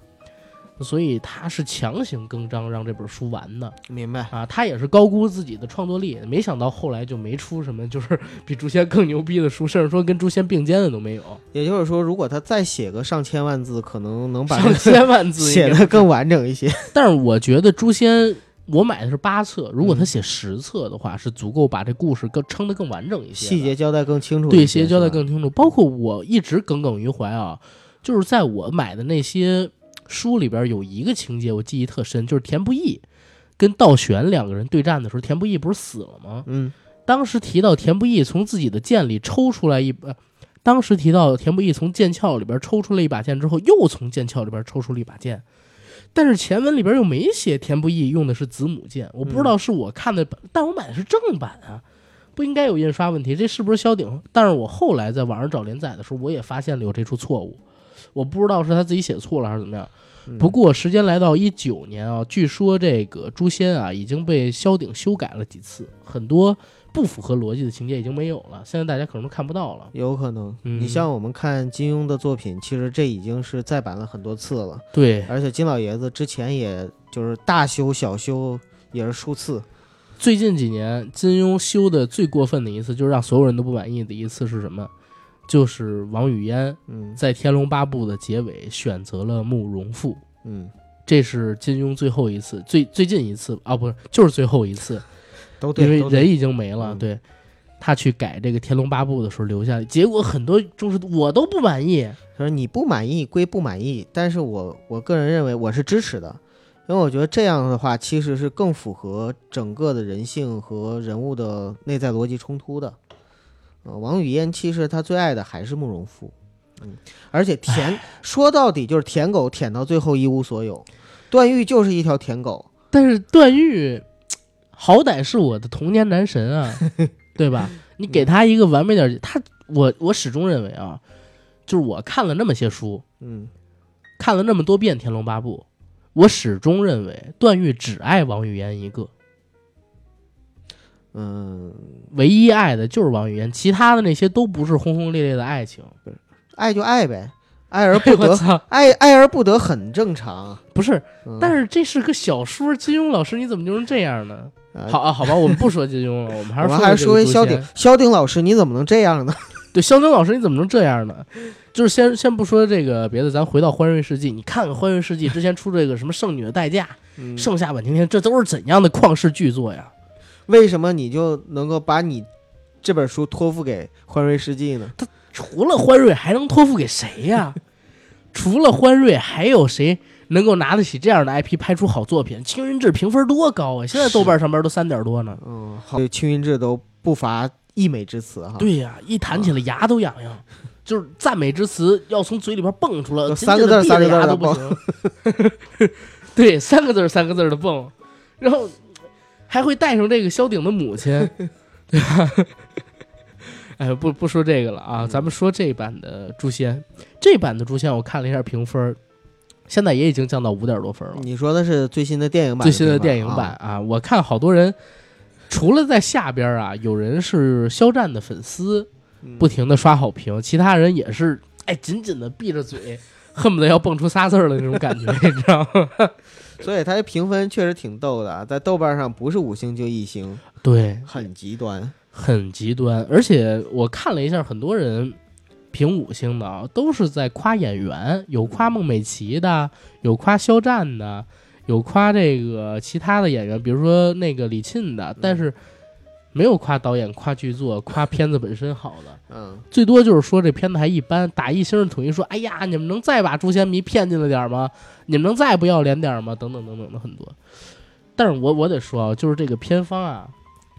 所以他是强行更张让这本书完的
嗯，明白。
啊。他也是高估自己的创作力，没想到后来就没出什么就是比《诛仙》更牛逼的书，甚至说跟《诛仙》并肩的都没有，
也就是说，如果他再写个上千万字，可能能把
上千万字
写
应该
的更完整一些。
但是我觉得《诛仙》，我买的是八册，如果他
嗯
写十册的话，是足够把这故事更撑得更完整一些的，
细节交代更清楚一些，
对细节交代
是吧
更清楚。包括我一直耿耿于怀啊，就是在我买的那些书里边有一个情节我记忆特深，就是田不易跟道玄两个人对战的时候，田不易不是死了吗？
嗯
当时提到田不易从自己的剑里抽出来一呃把。当时提到田不易从剑鞘里边抽出了一把剑之后，又从剑鞘里边抽出了一把剑，但是前文里边又没写田不易用的是子母剑，我不知道是我看的版，但我买的是正版啊，不应该有印刷问题，这是不是萧鼎？但是我后来在网上找连载的时候，我也发现了有这处错误，我不知道是他自己写错了还是怎么样。不过时间来到一九年啊，据说这个《诛仙啊》已经被萧鼎修改了几次，很多不符合逻辑的情节已经没有了，现在大家可能都看不到了。
有可能。
嗯
你像我们看金庸的作品，其实这已经是再版了很多次了，
对，
而且金老爷子之前也就是大修小修，也是数次。
最近几年金庸修的最过分的一次，就是让所有人都不满意的一次是什么？就是王语嫣
嗯
在《天龙八部》的结尾选择了慕容复。
嗯，
这是金庸最后一次，最最近一次啊，不是，就是最后一次，
都哦对，
因为
都对
人已经没了。
嗯
对，他去改这个《天龙八部》的时候留下，结果很多忠实我都不满意。
他说你不满意归不满意，但是我我个人认为我是支持的，因为我觉得这样的话其实是更符合整个的人性和人物的内在逻辑冲突的。呃，王语嫣其实她最爱的还是慕容复，嗯，而且舔说到底就是舔狗，舔到最后一无所有。段誉就是一条舔狗，
但是段誉，好歹是我的童年男神 啊，对吧？
嗯
你给他一个完美点儿，他我我始终认为啊，就是我看了那么些书，
嗯，
看了那么多遍《天龙八部》，我始终认为段誉只爱王语嫣一个，
嗯，
唯一爱的就是王语嫣，其他的那些都不是轰轰烈烈的爱 情。
爱就爱呗，爱而不
我
得，
操，
爱爱而不得很正常。
不是，
嗯、
但是这是个小说，金庸老师你怎么就能这样呢？
呃
好啊，好吧，我们不说金庸了，我们还
我
是
们还是
是
说回萧
萧
鼎，萧鼎老师你怎么能这样呢？
对，萧鼎老师你怎么能这样呢？就是先先不说这个别的，咱回到《欢瑞世纪》，你看看《欢瑞世纪》之前出这个什么《圣女的代价》
嗯
盛夏晚晴天》，这都是怎样的旷世巨作呀？
为什么你就能够把你这本书托付给欢瑞世纪呢？
除了欢瑞，还能托付给谁呀？ 除了欢瑞，还有谁能够拿得起这样的 IP 拍出好作品？《青云志》评分多高啊！现在豆瓣上边都三点多呢。
嗯，好，对青云志都不乏溢美之词哈。，
对呀、一弹起来牙都痒 痒，就是赞美之词要从嘴里边蹦出来，
就
紧
三个
紧地
字儿
闭着
三个字儿
牙
的
都不行。 对，三个字儿三个字儿的蹦，然后还会带上这个萧鼎的母 亲，对吧？哎，不不说
嗯
这个了啊，咱们说这版的《诛仙》，这版的《诛仙》我看了一下评分儿，现在也已经降到五点多分了。
你说的是最新的电影版，
最新的电
对
影
吗
版，啊，我看好多人，除了在下边啊，有人是肖战的粉丝，
嗯
不停的刷好评，其他人也是哎紧紧的闭着嘴，恨不得要蹦出仨字儿的那种感觉，你知道吗？
所以它的评分确实挺逗的啊，在豆瓣上不是五星就一星，
对，
很极端。
很极端，而且我看了一下，很多人评五星的啊，都是在夸演员，有夸孟美岐的，有夸肖战的，有夸这个其他的演员，比如说那个李沁的，但是没有夸导演、夸剧作、夸片子本身好的，
嗯，
最多就是说这片子还一般，打一星儿统一说，哎呀，你们能再把《诛仙迷》骗进来点儿吗？你们能再不要脸点儿吗？等等等等的很多。但是我我得说啊，就是这个片方啊，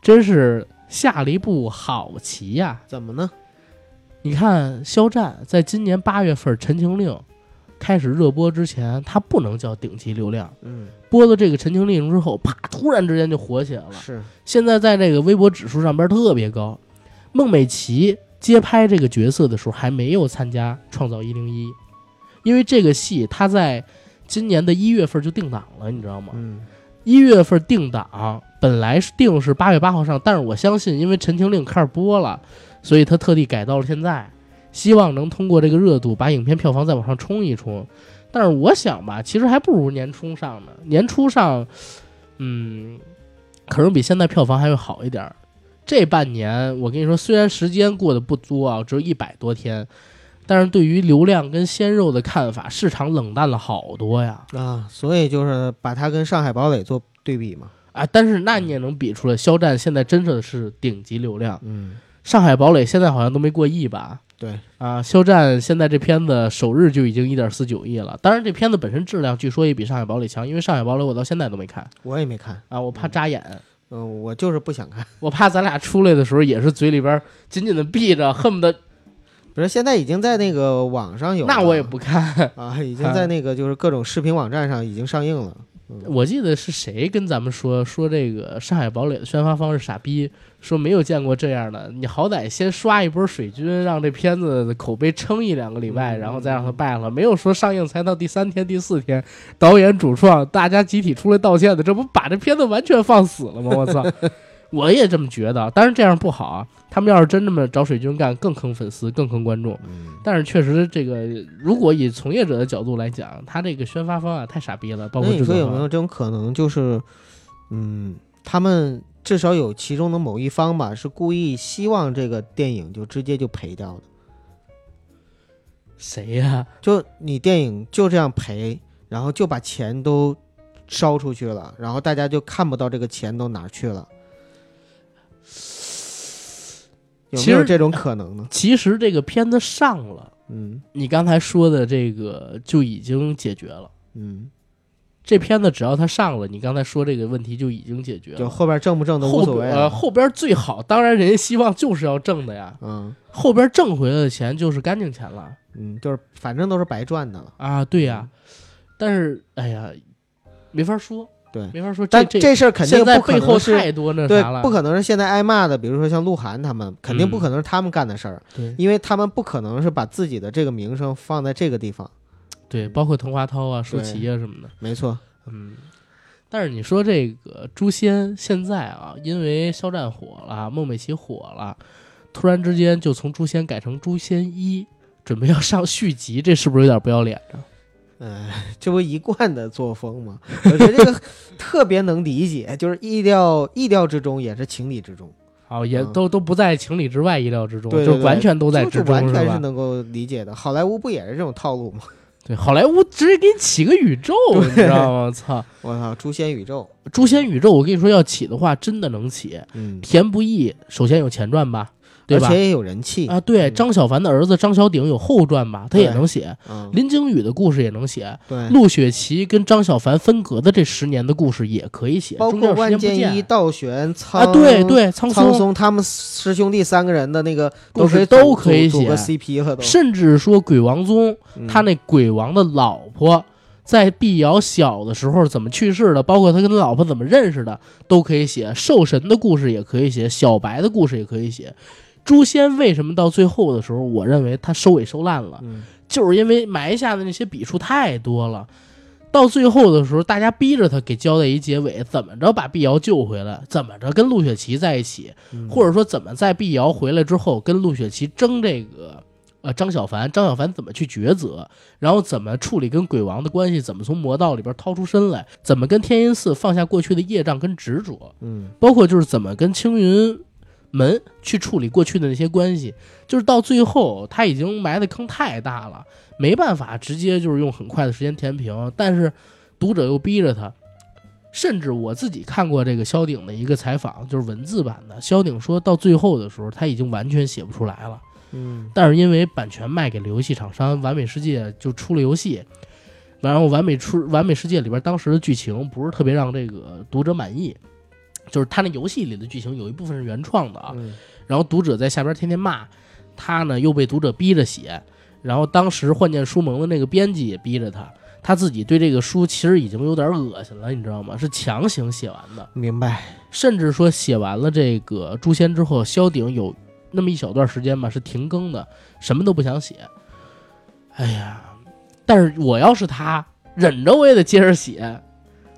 真是下了一步好棋呀、
怎么呢？
你看，肖战在今年八月份《陈情令》开始热播之前，他不能叫顶级流量。
嗯，
播了这个《陈情令》之后，啪，突然之间就火起来了。
是，
现在在这个微博指数上边特别高。孟美岐接拍这个角色的时候还没有参加《创造一零一》，因为这个戏她在今年的一月份就定档了，你知道吗？
嗯，
一月份定档，本来是定是八月八号上，但是我相信，因为《陈情令》开始播了，所以他特地改到了现在，希望能通过这个热度把影片票房再往上冲一冲。但是我想吧，其实还不如年初上呢。年初上，嗯，可能比现在票房还会好一点儿。这半年，我跟你说，虽然时间过得不多啊，只有一百多天，但是对于流量跟鲜肉的看法，市场冷淡了好多呀。
啊，所以就是把它跟《上海堡垒》做对比嘛。
啊，但是
嗯
那你也能比出来，肖战现在真的是顶级流量，
嗯，
《上海堡垒》现在好像都没过亿吧？
对，
啊，肖战现在这片子首日就已经一点四九亿了。当然，这片子本身质量据说也比《上海堡垒》强，因为《上海堡垒》我到现在都没看
我也没看，
啊，我怕扎眼，
嗯、我就是不想看。
我怕咱俩出来的时候也是嘴里边紧紧的闭着，恨不得
不是，现在已经在那个网上有了，
那我也不看。
啊，已经在那个就是各种视频网站上已经上映了。
我记得是谁跟咱们说说这个《上海堡垒》的宣发方是傻逼，说没有见过这样的。你好歹先刷一波水军，让这片子的口碑撑一两个礼拜，
嗯
然后再让它败了。没有说上映才到第三天、第四天，导演、主创大家集体出来道歉的，这不把这片子完全放死了吗？我 操！我也这么觉得，当然这样不好啊。他们要是真这么找水军干，更坑粉丝，更坑观众。
嗯，
但是确实，这个如果以从业者的角度来讲，他这个宣发方啊太傻逼了，包
那
括
你
制
说
作
有
方。
没有这种可能，就是，嗯，他们至少有其中的某一方吧，是故意希望这个电影就直接就赔掉的，
谁呀、
就你电影就这样赔，然后就把钱都烧出去了，然后大家就看不到这个钱都哪儿去了。有
其
没有
实哎
这种可能呢？
其实这个片子上了，
嗯
你刚才说的这个就已经解决了。
嗯，
这片子只要它上了，你刚才说这个问题就已经解决
就
了。
后边挣不挣都无所
后
谓
边呃
了。
后边最好，当然人家希望就是要挣的呀。
嗯
后边挣回来的钱就是干净钱了
嗯，就是反正都是白赚的了。
啊，对呀。
嗯
但是哎呀，没法说，
对
没法说。
但
这
这事儿肯定
现在
不可
背后
能是
太多那
对
啥了，，
不可能是现在挨骂的，比如说像鹿晗他们，肯定
嗯
不可能是他们干的事儿，
对
因为他们不可能是把自己的这个名声放在这个地方。
对，包括滕华涛啊、舒淇啊什么的。
没错，
嗯，但是你说这个《诛仙》现在啊，因为肖战火了，孟美岐火了，突然之间就从《诛仙》改成《诛仙一》，准备要上续集，这是不是有点不要脸啊 呢？
呃，这不一贯的作风吗？我觉得这 个特别能理解，就是意料意料之中，也是情理之中，
哦，也
嗯
都、都不在情理之外、意料之中，
对对
就完全都在
就
之
是
中，
完
是
全是
吧？
能够理解的。好莱坞不也是这种套路吗？
对，好莱坞直接给你起个宇宙，你知道吗？ 操，
我操，诛仙宇宙，
《诛仙宇宙》，我跟你说，要起的话，真的能起。
嗯，
田不易首先有前传吧，对
而
吧
且？也有人气，
啊，对，
嗯
张小凡的儿子张小鼎有后传吧，他也
对
能写。
嗯，
林惊羽的故事也能写，
对，
陆雪琪跟张小凡分隔的这十年的故事也可以写，
包
中间
括
有时间
万
不
剑一、
见
道玄、苍
啊，对对，苍
苍
松，
松他们师兄弟三个人的那个
故
都
事
可以
都
组
可以
组组个
写
CP 了都。
甚至说鬼王宗，
嗯
他那鬼王的老婆在碧瑶小的时候怎么去世的，包括他跟他老婆怎么认识的，都可以写。兽神的故事也可以写，小白的故事也可以写。诛仙为什么到最后的时候，我认为他收尾收烂了，
嗯
就是因为埋下的那些笔触太多了。到最后的时候，大家逼着他给交代一结尾，怎么着把碧瑶救回来，怎么着跟陆雪琪在一起，
嗯
或者说怎么在碧瑶回来之后跟陆雪琪争这个呃张小凡，张小凡怎么去抉择，然后怎么处理跟鬼王的关系，怎么从魔道里边掏出身来，怎么跟天音寺放下过去的业障跟执着，
嗯
包括就是怎么跟青云门去处理过去的那些关系，就是到最后他已经埋的坑太大了，没办法直接就是用很快的时间填平，但是读者又逼着他。甚至我自己看过这个萧鼎的一个采访，就是文字版的。萧鼎说到最后的时候，他已经完全写不出来了，
嗯
但是因为版权卖给了游戏厂商，完美世界就出了游戏，然后完美出完美世界里边当时的剧情不是特别让这个读者满意，就是他那游戏里的剧情有一部分是原创的啊，
嗯
然后读者在下边天天骂，他呢又被读者逼着写，然后当时幻剑书盟的那个编辑也逼着他，他自己对这个书其实已经有点恶心了，你知道吗？是强行写完的，
明白，
甚至说写完了这个《诛仙》之后，萧鼎有那么一小段时间吧是停更的，什么都不想写。哎呀，但是我要是他，忍着我也得接着写，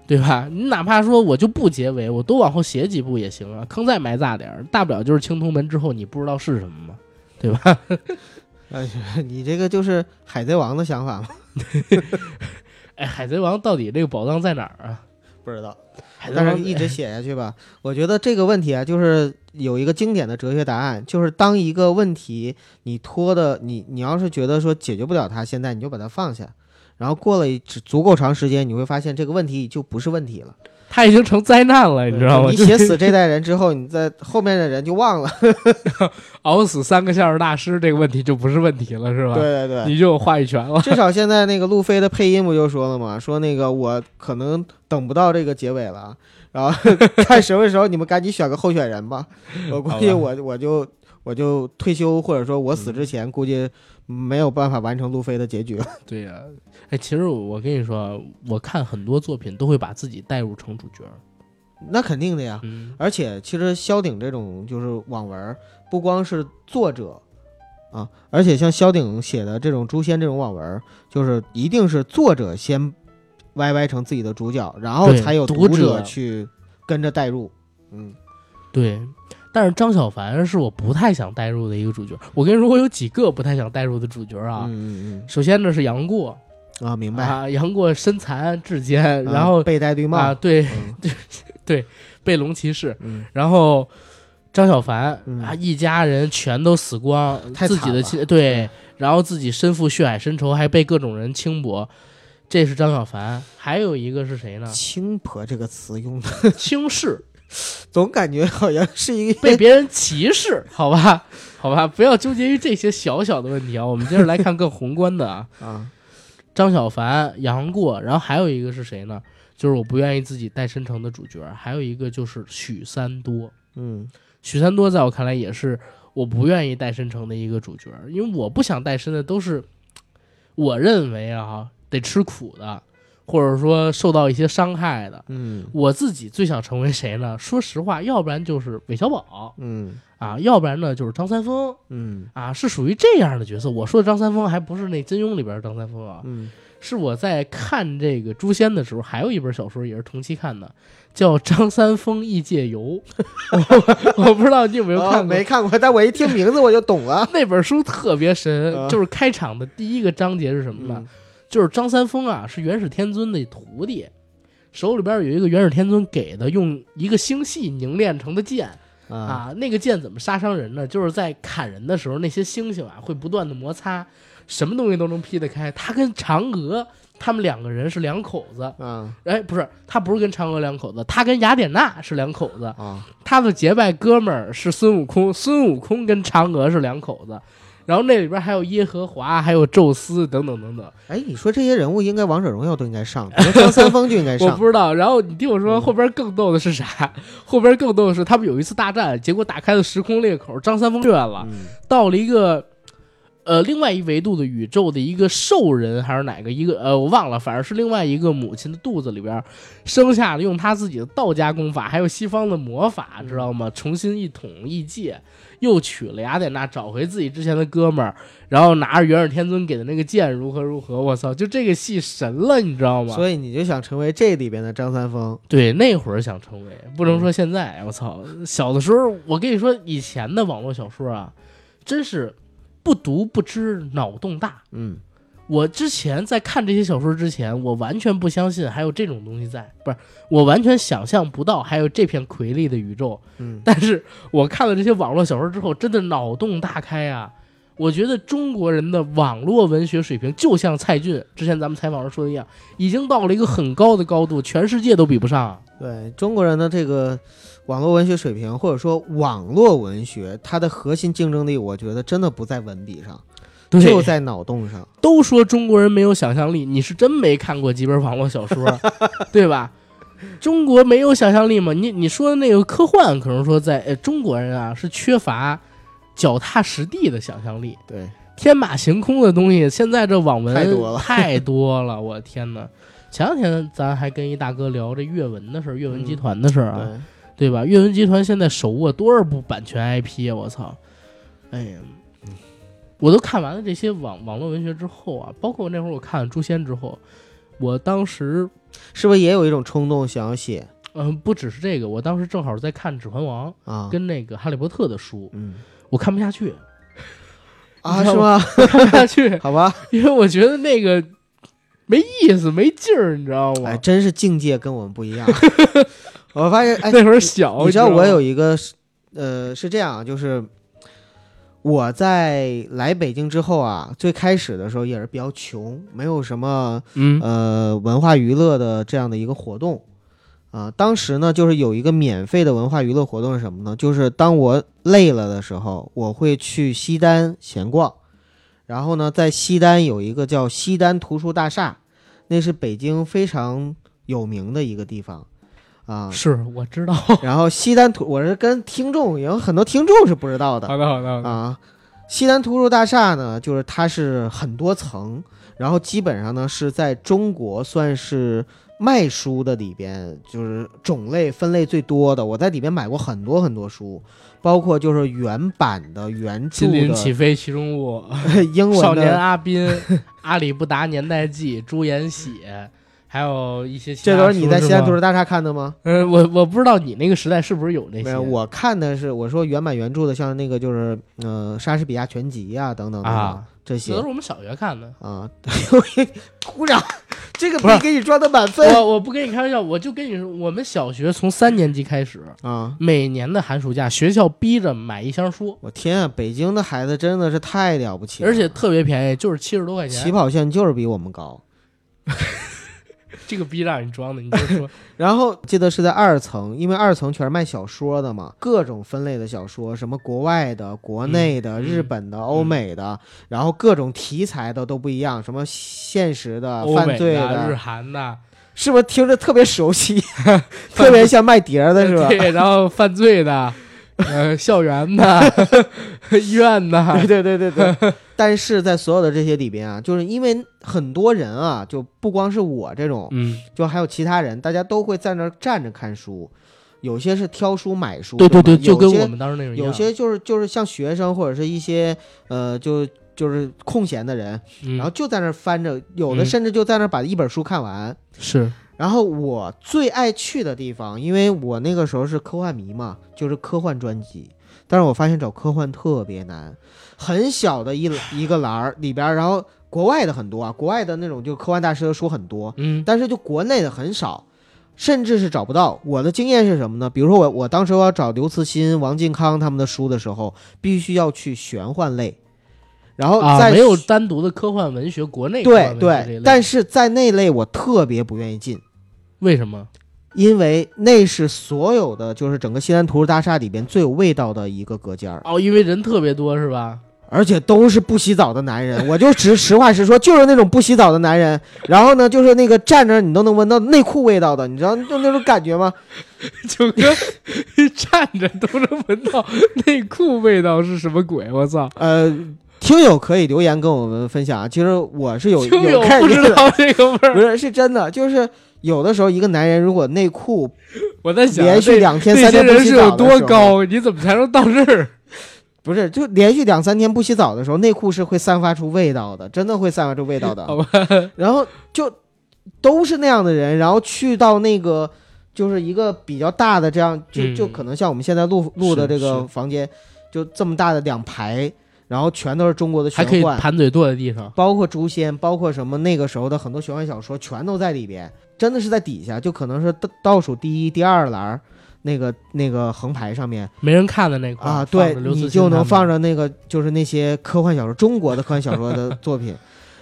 对吧？你哪怕说我就不结尾，我多往后写几步也行啊，坑再埋大点儿，大不了就是青铜门之后你不知道是什么嘛，对吧？
哎呀， 你这个就是海贼王的想 法吗？
哎，海贼王到底这个宝藏在哪儿啊？
不知道，
海贼
哎但
王
是一直写下去吧。 我觉得这个问题啊，就是有一个经典的哲学答案，就是当一个问题你拖的，你你要是觉得说解决不了它，现在你就把它放下，然后过了一足够长时间，你会发现这个问题就不是问题了。
他已经成灾难哎了，你知道吗？
你
就是
写死这代人之后，你在后面的人就忘了。
熬死三个相声大师这个问题就不是问题了，是吧？
对对对，
你就有话语权了。
至少现在那个路飞的配音不就说了吗？说那个我可能等不到这个结尾了，然后 看什么时候你们赶紧选个候选人吧。我估计
好吧
我我就我就退休，或者说我死之前，
嗯
估计没有办法完成路飞的结局了。
对呀、哎，其实我跟你说啊，我看很多作品都会把自己带入成主角儿。
那肯定的呀。
嗯，
而且其实萧鼎这种就是网文儿，不光是作者啊，而且像萧鼎写的这种《诛仙》这种网文儿，就是一定是作者先歪歪成自己的主角，然后
对
才有
读
读
者
去跟着代入。嗯，
对。但是张小凡是我不太想带入的一个主角儿。我跟你说，我有几个不太想带入的主角儿啊。
嗯嗯
首先呢是杨过
嗯啊，明白。
啊，杨过身残志坚，然后
啊被戴绿帽，
啊对
嗯
被龙骑士，
嗯，
然后张小凡、
嗯
啊，一家人全都死光，
太
自
惨
己的
了？
亲对，然后自己身负血海深仇，还被各种人轻薄，这是张小凡。还有一个是谁呢
轻婆这个词用的，
轻视，
总感觉好像是一个
被别人歧视，哎 好吧，好吧，不要纠结于这些小小的问题啊。我们接着来看更宏观的啊，
啊，
张小凡、杨过，然后还有一个是谁呢？就是我不愿意自己带身成的主角，还有一个就是许三多。
嗯
许三多在我看来也是我不愿意带申成的一个主角，因为我不想带申的都是我认为啊得吃苦的，或者说受到一些伤害的。
嗯
我自己最想成为谁呢？说实话，要不然就是韦小宝
嗯
啊，要不然呢就是张三丰
嗯
啊，是属于这样的角色。我说的张三丰还不是那金庸里边的张三丰啊，
嗯，
是我在看这个《诛仙》的时候，还有一本小说也是同期看的，叫《张三丰异界游》。 我我不知道你有没有看
啊
过，
没看过，但我一听名字我就懂了。
那本书特别神，
啊
就是开场的第一个章节是什么呢？
嗯
就是张三丰啊是元始天尊的徒弟，手里边有一个元始天尊给的用一个星系凝练成的剑
啊，
啊，那个剑怎么杀伤人呢？就是在砍人的时候，那些星星啊会不断的摩擦，什么东西都能劈得开。他跟嫦娥他们两个人是两口子，
啊
哎，不是，他不是跟嫦娥两口子，他跟雅典娜是两口子。
啊，
他的结拜哥们儿是孙悟空，孙悟空跟嫦娥是两口子，然后那里边还有耶和华，还有宙斯等等等等，
哎，你说这些人物应该王者荣耀都应该上，比如张三丰就应该
我
上。嗯
不知道。然后你听我说，后边更逗的是啥？后边更逗的是，他们有一次大战，结果打开了时空裂口，张三丰越了，
嗯
到了一个呃另外一维度的宇宙的一个兽人还是哪个一个呃我忘了，反正是另外一个母亲的肚子里边儿生下了用他自己的道家功法还有西方的魔法，知道吗？重新一统一界，又娶了雅典娜，找回自己之前的哥们儿，然后拿着元始天尊给的那个剑，如何如何，我操，就这个戏神了，你知道吗？
所以你就想成为这里边的张三丰，
对，那会儿想成为，不能说现在。我操，小的时候，我跟你说，以前的网络小说啊，真是不读不知，脑洞大。
嗯，
我之前在看这些小说之前，我完全不相信还有这种东西在，不是，我完全想象不到还有这片魁丽的宇宙。
嗯
但是我看了这些网络小说之后，真的脑洞大开啊！我觉得中国人的网络文学水平，就像蔡骏之前咱们采访时说的一样，已经到了一个很高的高度，全世界都比不上啊。
对中国人的这个网络文学水平，或者说网络文学，它的核心竞争力，我觉得真的不在文笔上，
对
就在脑洞上。
都说中国人没有想象力，你是真没看过几本网络小 说，对吧？中国没有想象力吗？你你说的那个科幻，可能说在、呃、中国人啊是缺乏脚踏实地的想象力，
对，
天马行空的东西，现在这网文
太多了
太多了我的天哪！前两天咱还跟一大哥聊这阅文的事儿，阅文集团的事儿啊，
对，
对吧？阅文集团现在手握多少部版权 IP 啊！我操，哎呀，我都看完了这些网网络文学之后啊，包括那会儿我看了《诛仙》之后，我当时
是不是也有一种冲动想要写
嗯、不只是这个，我当时正好在看《指环王》
啊？
跟那个《哈利波特》的书，
嗯
我看不下 去，
啊，
你知
是
道
吗？
看不下去，
好吧，
因为我觉得那个没意思、没劲儿，你知道吗？
哎，真是境界跟我们不一样。啊 我发现，哎，
那会儿小，
你知道
吗
我有一个是，呃，是这样啊，就是我在来北京之后啊，最开始的时候也是比较穷，没有什么
嗯
呃文化娱乐的这样的一个活动啊、当时呢，就是有一个免费的文化娱乐活动是什么呢？就是当我累了的时候，我会去西单闲逛，然后呢，在西单有一个叫西单图书大厦，那是北京非常有名的一个地方。啊，
是我知 道，
然后西单图，我是跟听众，有很多听众是不知道的
好的好的好的，
啊。西单图书大厦呢，就是它是很多层，然后基本上呢是在中国算是卖书的里边，就是种类分类最多的。我在里边买过很多很多书，包括就是原版的原著
金陵起
的
飞其中物。
英
少
文
年
的，
阿 宾、阿里不达年代记、朱延禧，还有一些其他
这
啊书。
都是你在西单图
是
书
吗
大厦看的吗？
嗯，我我不知道你那个时代是不是有那
没
些。
有，我看的是我说原版原著的，像那个就是呃莎士比亚全集啊等等等等、
啊
这
那
些
都。是我们小学看的。
啊， 鼓掌，这个
不是
没给你赚到满分
我我不跟你开玩笑，我就跟你说，我们小学从三年级开始，
啊！
每年的寒暑假，学校逼着买一箱书，
我天啊，北京的孩子真的是太了不起了，
而且特别便宜，就是七十多块
起
钱。
跑线就是比我们高。
这个逼让你装的，你就 说
然后记得是在二层，因为二层全是卖小说的嘛，各种分类的小说，什么国外的、国内的、
嗯
日本的、欧美的，然后各种题材的都不一样，什么现实的、
欧
啊犯
美
罪
的、日
的，
韩的，
是不是听着特别熟悉， 特别像卖碟儿的 是吧？
对，然后犯罪的，呃，校园的、 医院的，
对对对对 对。但是在所有的这些里边啊，就是因为很多人啊，就不光是我这种，
嗯，
就还有其他人，大家都会在那儿站着看书，有些是挑书买书，
对对
对
对，
吧
就跟
有些
我们当时那种一样
有些就是就是像学生或者是一些呃就。就是空闲的人，
嗯
然后就在那儿翻着，有的
嗯
甚至就在那儿把一本书看完。
是
然后我最爱去的地方，因为我那个时候是科幻迷嘛，就是科幻专辑。但是我发现找科幻特别难，很小的一一个栏儿里边儿，然后国外的很多啊，国外的那种就科幻大师的书很多，
嗯
但是就国内的很少，甚至是找不到。我的经验是什么呢？比如说我我当时我要找刘慈欣、王靖康他们的书的时候，必须要去玄幻类，然后
啊，
在
没有单独的科幻文学，国内科
对
幻文学这一
对
类，
但是在那类我特别不愿意进。
为什么？
因为那是所有的，就是整个西单图书大厦里边最有味道的一个隔间儿，
哦，因为人特别多是吧？
而且都是不洗澡的男人。 我就实实话实说，就是那种不洗澡的男人。然后呢，就是那个站着你都能闻到内裤味道的，你知道就那种感觉吗？
九 哥站着都能闻到内裤味道是什么鬼？我操！
呃，听友可以留言跟我们分享啊。其实我是有
听友
有看
不知
这个
道这个味
不
儿，
是是真的，就是有的时候一个男人如果内裤
我在想
连续
这
两天
这
三
些
天不
人
洗
是
澡
有
的
多
时候，
高？你怎么才能到这 儿？
不是就连续两三天不洗澡的时候，内裤是会散发出味道的，真的会散发出味道的。
好吧，
然后就都是那样的人，然后去到那个就是一个比较大的这样，就
嗯
就可能像我们现在录录的
是
这个
是
房间，就这么大的两排，然后全都是中国的
还
玄
可以
幻，
盘腿坐在地上。
包括《诛仙》，包括什么那个时候的很多玄幻小说，全都在里边，真的是在底下，就可能是倒倒数第一、第二栏儿那个那个横排上面
没人看的那块儿
啊，对
放着刘慈
你
欣
就能放
着。
着那个就是那些科幻小说，中国的科幻 小说的作品。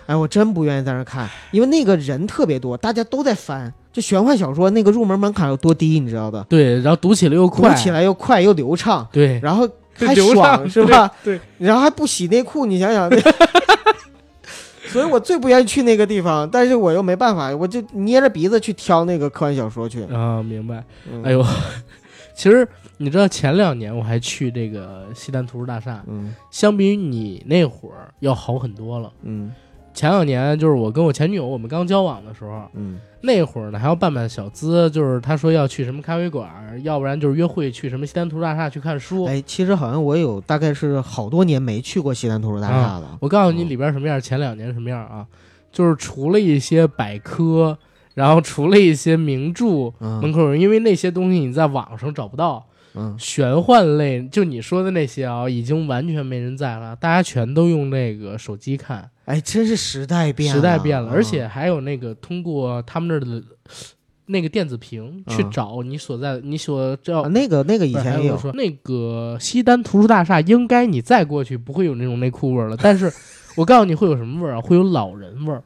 哎，我真不愿意在那儿看，因为那个人特别多，大家都在翻。就玄幻小说那个入门门槛有多低，你知道的？
对，然后读起来又
读
快，
起来又快又流畅，
对，
然 后还
流
爽
畅
是吧？？
对，
然后还不洗内裤，你想想。 所以我最不愿意去那个地方，但是我又没办法，我就捏着鼻子去挑那个科幻小说去
对。啊，明白。
嗯、
哎，呦， 其实你知道前两年我还去这个西单图书大厦，
嗯
相比于你那会儿要好很多了。
嗯
前两年就是我跟我前女友我们刚交往的时候，
嗯
那会儿呢还要办办小资，就是她说要去什么咖啡馆儿，要不然就是约会去什么西单图书大厦去看书。
哎，其实好像我有大概是好多年没去过西南图书大厦了。
我告诉你
嗯
里边什么样，前两年什么样啊？就是除了一些百科，然后除了一些名著，门
嗯
口有因为那些东西你在网上找不到，
嗯
玄幻类就你说的那些啊，已经完全没人在了，大家全都用那个手机看，
哎，真是时代变了，
时代变了，
嗯
而且还有那个通过他们那儿的那个电子屏去
嗯
找你所在你所叫。
啊那个那个以
不是还
前也有
我，说那个西单图书大厦，应该你再过去不会有那种内裤味儿了。但是，我告诉你会有什么味儿啊？会有老人味儿。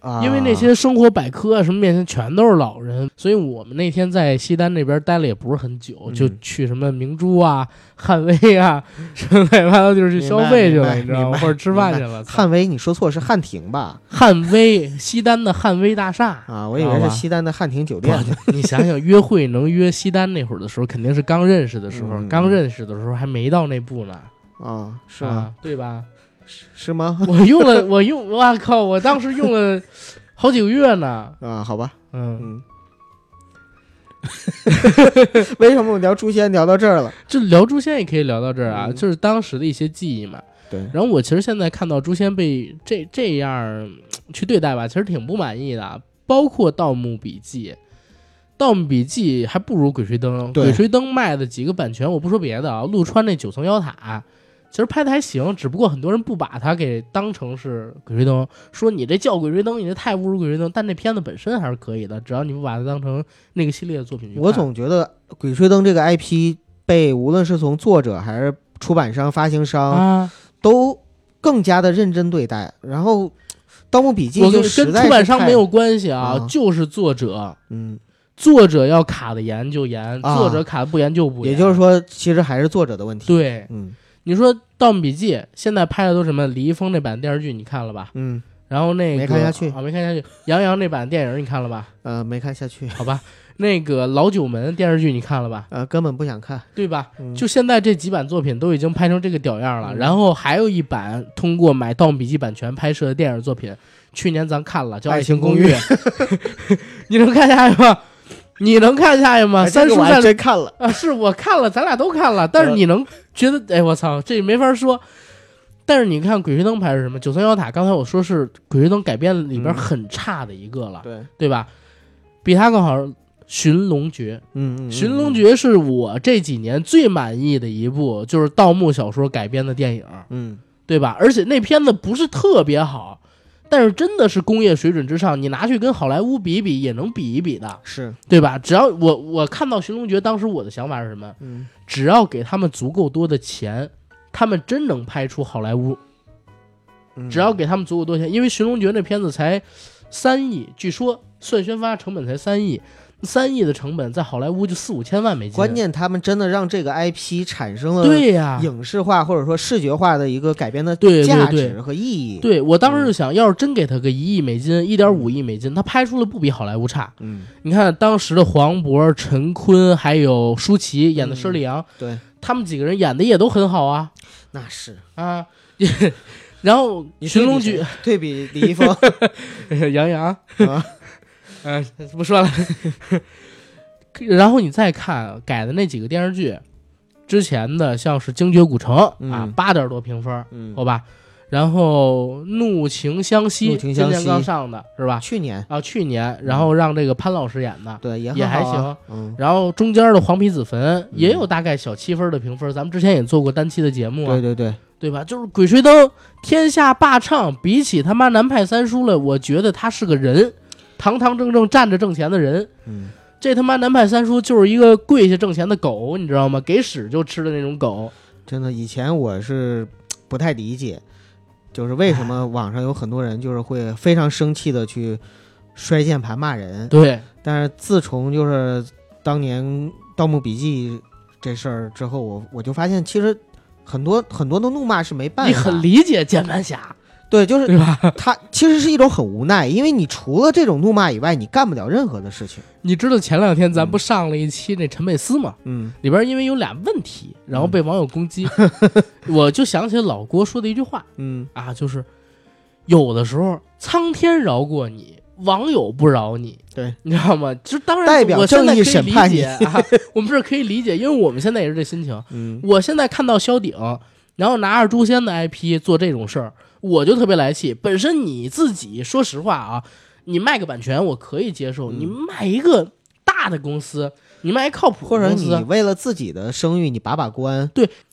啊
因为那些生活百科啊什么面前全都是老人，所以我们那天在西单那边待了也不是很久，
嗯
就去什么明珠啊、汉威啊，什么乱七八糟就是去消费去了，你
明白
知道
明白明
吗？
白
或者吃饭去了。操
汉威，你说错是汉庭吧？
汉威，西单的汉威大厦。
啊，我以
知
为
道吧
是西单的汉庭酒
不
店。
你想想，约会能约西单那会儿的时候，肯定是刚认识的时候，
嗯
刚认识的时候还没到那步呢，
啊，是吗？
啊，对吧？
是是吗？
我用了，我用，我靠，我当时用了好几个月呢，
啊，好吧，
嗯，
嗯。为什么我聊诛仙聊到这儿了？
就聊诛仙也可以聊到这儿啊，
嗯
就是当时的一些记忆嘛。
对，
然后我其实现在看到诛仙被这这样儿去对待吧，其实挺不满意的啊。包括《盗墓笔记》，《盗墓笔记》还不如《鬼吹灯》。《
对
鬼吹灯》卖的几个版权，我不说别的啊，陆川那九层妖塔，其实拍的还行，只不过很多人不把它给当成是《鬼吹灯》，说你这叫《鬼吹灯》，你这太侮辱《鬼吹灯》。但那片子本身还是可以的，只要你不把它当成那个系列的作品去看。
我总觉得《鬼吹灯》这个 IP 被无论是从作者还是出版商、发行商、
啊，
都更加的认真对待。然后，《盗墓笔记
我》
就
跟
实
跟
在
出版
是
商
太
没有，关系啊，
啊
就是作者。
嗯，
作者要卡的严就严，
啊
作者卡的不严就不严。
也就是，说，其实还是作者的问题。，
对
嗯
你说《盗墓笔记》现在拍的都什么？李易峰那版电视剧你看了吧？
嗯，
然后那个
没看下去
啊，没看下去。杨洋那版电影你看了吧？
呃，没看下去，
好吧，那个老九门电视剧你看了吧？
呃，根本不想看。
对吧？
嗯
就现在这几版作品都已经拍成这个屌样了，
嗯
然后还有一版通过买《盗墓笔记》版权拍摄的电影作品，去年咱看了叫《
爱
爱
情
情
公
公
寓
寓》， 你能看下去吗？你能看下去吗？
哎
三
这
叔
个我
在
还真呃看了。
啊，是我看了，咱俩都看了，但是你能觉得，哎，我操，这没法说。但是你看《鬼吹灯》拍的是什么？九层妖塔，刚才我说是《鬼吹灯》改编里边
嗯
很差的一个了，
对，
对吧？比它更好，《寻龙诀》
嗯，嗯
《
嗯
寻龙诀》是我这几年最满意的一部，就是盗墓小说改编的电影，
嗯，
对吧？而且那片子不是特别好，但是真的是工业水准之上，你拿去跟好莱坞比一比，也能比一比的，
是，
对吧？只要我我看到《寻龙诀》，当时我的想法是什么？
嗯
只要给他们足够多的钱，他们真能拍出好莱坞。
嗯，
只要给他们足够多钱，因为《寻龙诀》那片子才三亿，据说算宣发成本才三亿，三亿的成本在好莱坞就四五千万美金。
关键他们真的让这个 IP 产生了
对呀、
影视化或者说视觉化的一个改编的
对对
价
对
值和意义。
对我当
嗯
时就想，要是真给他个一亿美金、一点五亿美金，他拍出了不比好莱坞差。
嗯，
你看当时的黄渤、陈坤还有
嗯
舒淇演的佘丽阳，
对，
他们几个人演的也都很好啊
那是
啊！ 然后
你
寻
对比
龙诀
谁，对比李易峰
杨洋，
啊，
嗯、不说了。然后你再看改的那几个电视剧，之前的像是《精绝古城》啊
嗯，
八点多评分，
嗯，
好吧。然后《怒晴湘西》
怒晴湘西
今年刚上的是吧？
去年
啊，去年，然后让这个潘老师演的，
对也
也
也
还，
嗯，
然后中间的《黄皮子坟》也有大概小七分的评分，咱们之前也做过单期的节目啊，
对对对，
对吧？就是《鬼吹灯》天下霸唱，比起他妈南派三叔来，我觉得他是个人，堂堂正正站着挣钱的人。
嗯，
这他妈南派三叔就是一个跪下挣钱的狗，你知道吗？给屎就吃的那种狗。
真的，以前我是不太理解，就是为什么网上有很多人就是会非常生气的去摔键盘骂人，
对，
但是自从就是当年《盗墓笔记》这事儿之后，我我就发现其实很多很多的怒骂是没办
你
法，
很理解键盘侠，
对，就是
对吧？
他其实是一种很无奈，因为你除了这种怒骂以外，你干不了任何的事情。
你知道前两天咱不上了一期那陈佩斯吗？
嗯
里边因为有俩问题，然后被网友攻 击，我就想起老郭说的一句话，
嗯，
啊，就是有的时候苍天饶过你，网友不饶你。
对，
你知道吗？就当然
代表
我现在
正义
可以
审判
理
你
解啊，我们是可以理解，因为我们现在也是这心情。
嗯，
我现在看到萧鼎，然后拿着诛仙的 IP 做这种事儿，我就特别来气。本身你自己说实话啊，你卖个版权我可以接受，
嗯
你卖一个大的公司，你卖一靠谱
或
的
者
公司，
你为了自己的声誉，你把把关。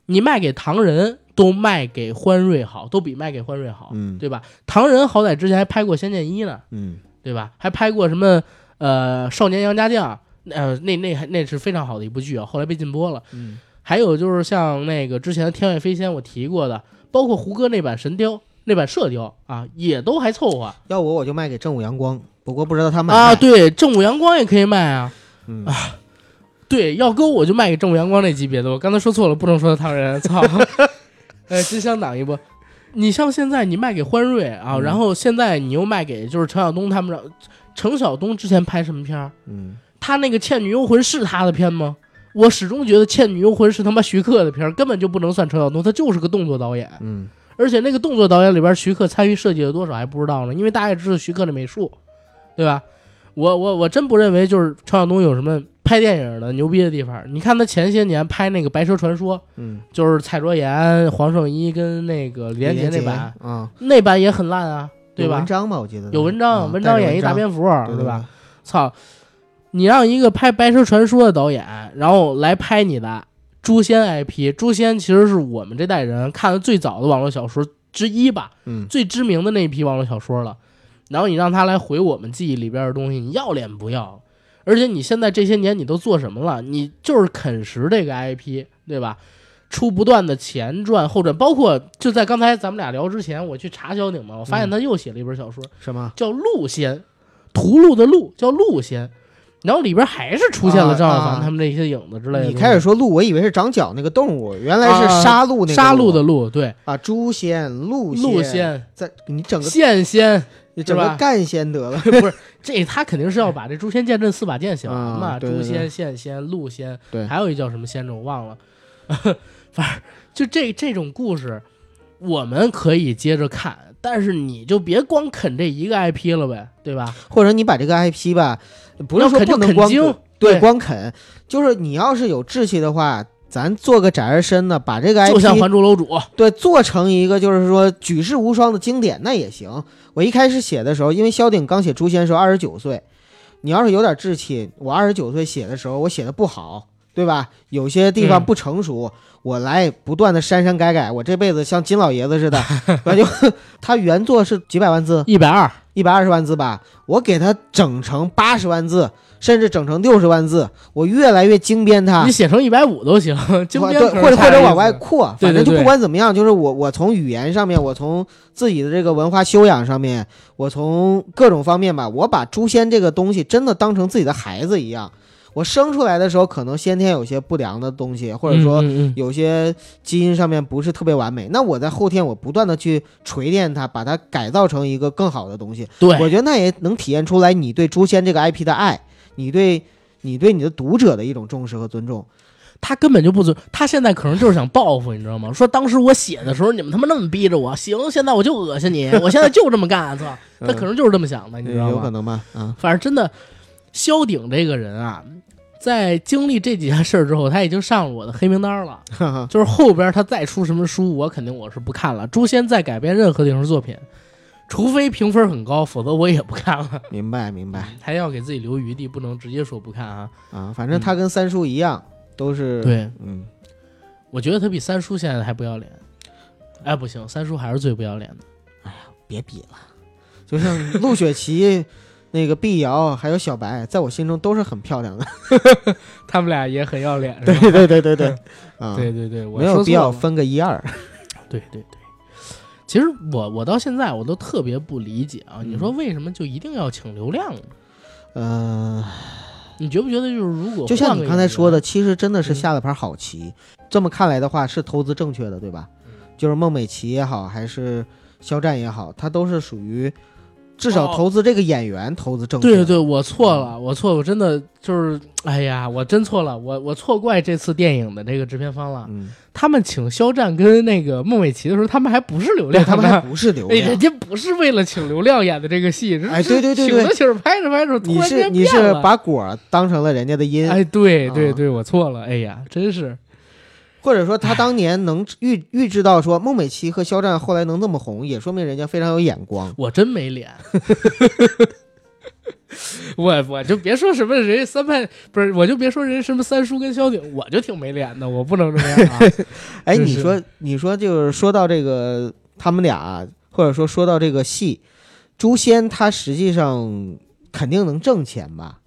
你卖给唐人都卖给欢瑞好，都比卖给欢瑞好，
嗯
啊对吧？唐人好歹之前还拍过《仙剑一》呢，
嗯，
对吧？还拍过什么呃《少年杨家将》，呃，那那那是非常好的一部剧啊，后来被禁播了。
嗯，
还有就是像那个之前的《天外飞仙》，我提过的，包括胡歌那版《神雕》。那版《射雕》啊，也都还凑合
要我我就卖给正午阳光，不过不知道他卖
啊。
不卖，
对，正午阳光也可以卖啊。
嗯
啊，对，要搁我就卖给正午阳光那级别的。我刚才说错了，不能说唐人， 操！呃，真想挡一波。你像现在你卖给欢瑞啊，
嗯
然后现在你又卖给就是陈晓东他们让，陈晓东之前拍什么片儿？
嗯，
他那个《倩女幽魂》是他的片吗？我始终觉得《倩女幽魂》是他妈徐克的片儿，根本就不能算陈晓东，他就是个动作导演。
嗯，
而且那个动作导演里边，徐克参与设计了多少还不知道呢，因为大家也知道徐克的美术，对吧？我我我真不认为就是陈晓东有什么拍电影的牛逼的地方。你看他前些年拍那个《白蛇传说》，
嗯，
就是蔡卓妍、黄圣依跟那个李连杰那版，
啊，
那版也很烂啊，对
有
吧
文？章吧，我记得
啊有文章，
嗯
文章
带着
演一大
文
蝙
章
蝠，
对
对吧？？操，你让一个拍《白蛇传说》的导演，然后来拍你的《诛仙》IP，《诛仙》其实是我们这代人看的最早的网络小说之一吧，
嗯
最知名的那一批网络小说了。然后你让他来回我们记忆里边的东西，你要脸不要？而且你现在这些年你都做什么了？你就是啃食这个 IP，对吧？出不断的前传、后传，包括就在刚才咱们俩聊之前，我去查萧鼎嘛，我发
嗯
现他又写了一本小说，
什么？
叫陆仙，屠戮的戮叫陆仙，然后里边还是出现了张小
啊
凡
啊
他们那些影子之类的东西。
你开始说鹿，我以为是长角那个动物，原来
啊
是杀戮那个
杀
鹿
戮的鹿，对，
啊，诛仙、鹿
鹿
仙，
仙、
在你整个
剑仙，
你整
是
个
吧
干仙得了，
这他肯定是要把这诛仙剑阵四把剑写完嘛，
哎啊对对
诛
对
仙、剑仙、鹿仙，
对
还有一叫什么仙的我忘了， 反正就这这种故事，我们可以接着看，但是你就别光啃这一个 IP 了呗，对吧？
或者你把这个 IP 吧，不
要
是说
啃就
不能
啃
光
精
啃，对，
对
光啃，就是你要是有志气的话，咱做个窄而深的，把这个
就像《还
IP
珠楼主》，
对做成一个就是说举世无双的经典，那也行。我一开始写的时候，因为萧鼎刚写《诛仙》的时候二十九岁，你要是有点志气，我二十九岁写的时候，我写的不好。对吧？有些地方
嗯
不成熟，我来不断的删删改改，我这辈子像金老爷子似的，我就他原作是几百万字，
一百二，
一百二十万字吧，我给它整成八十万字，甚至整成六十万字，我越来越精编 它
你，写成一百五都行，精
或
编
对
可是
或者
差
或者
点
往
意
外
思
扩，
对对
反正就
对
不管怎么样，就是我我从语言上面，我从自己的这个文化修养上面，我从各种方面吧，我把诛仙这个东西真的当成自己的孩子一样。我生出来的时候，可能先天有些不良的东西，或者说
嗯嗯嗯
有些基因上面不是特别完美，那我在后天我不断的去锤炼它，把它改造成一个更好的东西。我
对，
觉得那也能体现出来你对《诛仙》这个 IP 的爱，你对你对你的读者的一种重视和尊重。
他根本就不尊，他现在可能就是想报复，你知道吗？说当时我写的时候，你们他妈那么逼着我，行，现在我就恶心你，我现在就这么干，操！
嗯
他可能就是这么想的，你知道
有可
吗？
能吧？啊，
反正真的，萧鼎这个人啊，在经历这几件事儿之后，他已经上了我的黑名单了。
哈哈，
就是后边他再出什么书，我肯定我是不看了。诛仙再改编任何影视作品，除非评分很高，否则我也不看了。
明白明白
还要给自己留余地，不能直接说不看啊。
啊，反正他跟三叔一样，都是，
对，
嗯，
我觉得他比三叔现在还不要脸。哎，不行，三叔还是最不要脸的。
别比了，就像陆雪琪、那个碧瑶还有小白，在我心中都是很漂亮的。
他们俩也很要脸，是吧
对对对对对， 啊，
对对对，我
没有必要。分个一二。
对对对，其实我我到现在我都特别不理解啊，你说
嗯
为什么就一定要请流量呢？
呃，
你觉不觉得就是如果
就像
换个
你刚才
演
说
员
的，，其实真的是
嗯
下了盘好棋。这么看来的话，是投资正确的，对吧？
嗯
就是孟美岐也好，还是肖战也好，他都是属于至
哦
少投资这个演员投资正确。
对对对，，我错了，
嗯
我错，我真的就是，哎呀，我真错了，我我错怪这次电影的这个制片方了。
嗯，
他们请肖战跟那个孟美岐的时候，他们还不是流 量呢，
对他们还不是流
哎，人
量。
家不是为了请流量演的这个戏，
哎对对对
是请着
对
请着拍着拍着，突
你
然
是
间
你
变
是
了。
把果儿当成了人家的因，
哎，对对
啊
对，我错了，哎呀，真是，
或者说他当年能预预知到说孟美岐和肖战后来能那么红，也说明人家非常有眼光。
我真没脸。 我我就别说什么人家三派不是，我就别说人家什么三叔跟萧鼎，我就挺没脸的，我不能这样 啊。
哎，
是
你
是
说你说就是说到这个他们俩啊，或者说说到这个戏，诛仙它实际上肯定能挣钱吧？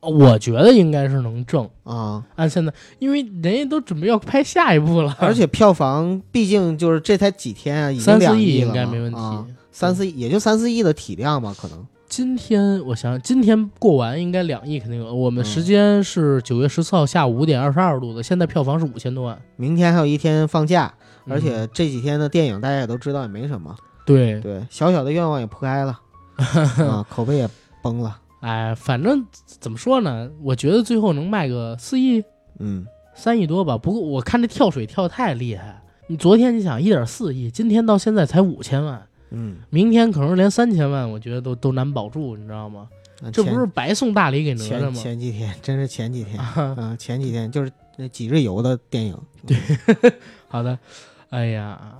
我觉得应该是能挣，
啊，
按现在，因为人家都准备要拍下一部了，
而且票房毕竟就是这才几天啊，已经
三
两
四亿
了
应该
嘛
没问题。
啊三四亿也就三四亿的体量吧，可能
今天我想，今天过完应该两亿肯定有。我们
嗯
时间是九月十四号下午五点二十二录的，现在票房是五千多万，
明天还有一天放假，
嗯
而且这几天的电影大家也都知道也没什么，
对，
对，小小的愿望也铺 开了，啊，口碑也崩了，
哎，反正怎么说呢，我觉得最后能卖个四亿、
嗯，
三亿多吧。不过我看这跳水跳太厉害，你昨天你想一点四亿，今天到现在才五千万，
嗯，
明天可能连三千万，我觉得都都难保住，你知道吗？
那
嗯这
前
不是白送大礼给哪吒
前
吗？
前几天，真是前几天
啊
啊，前几天就是那几日游的电影，对，
好的，哎呀，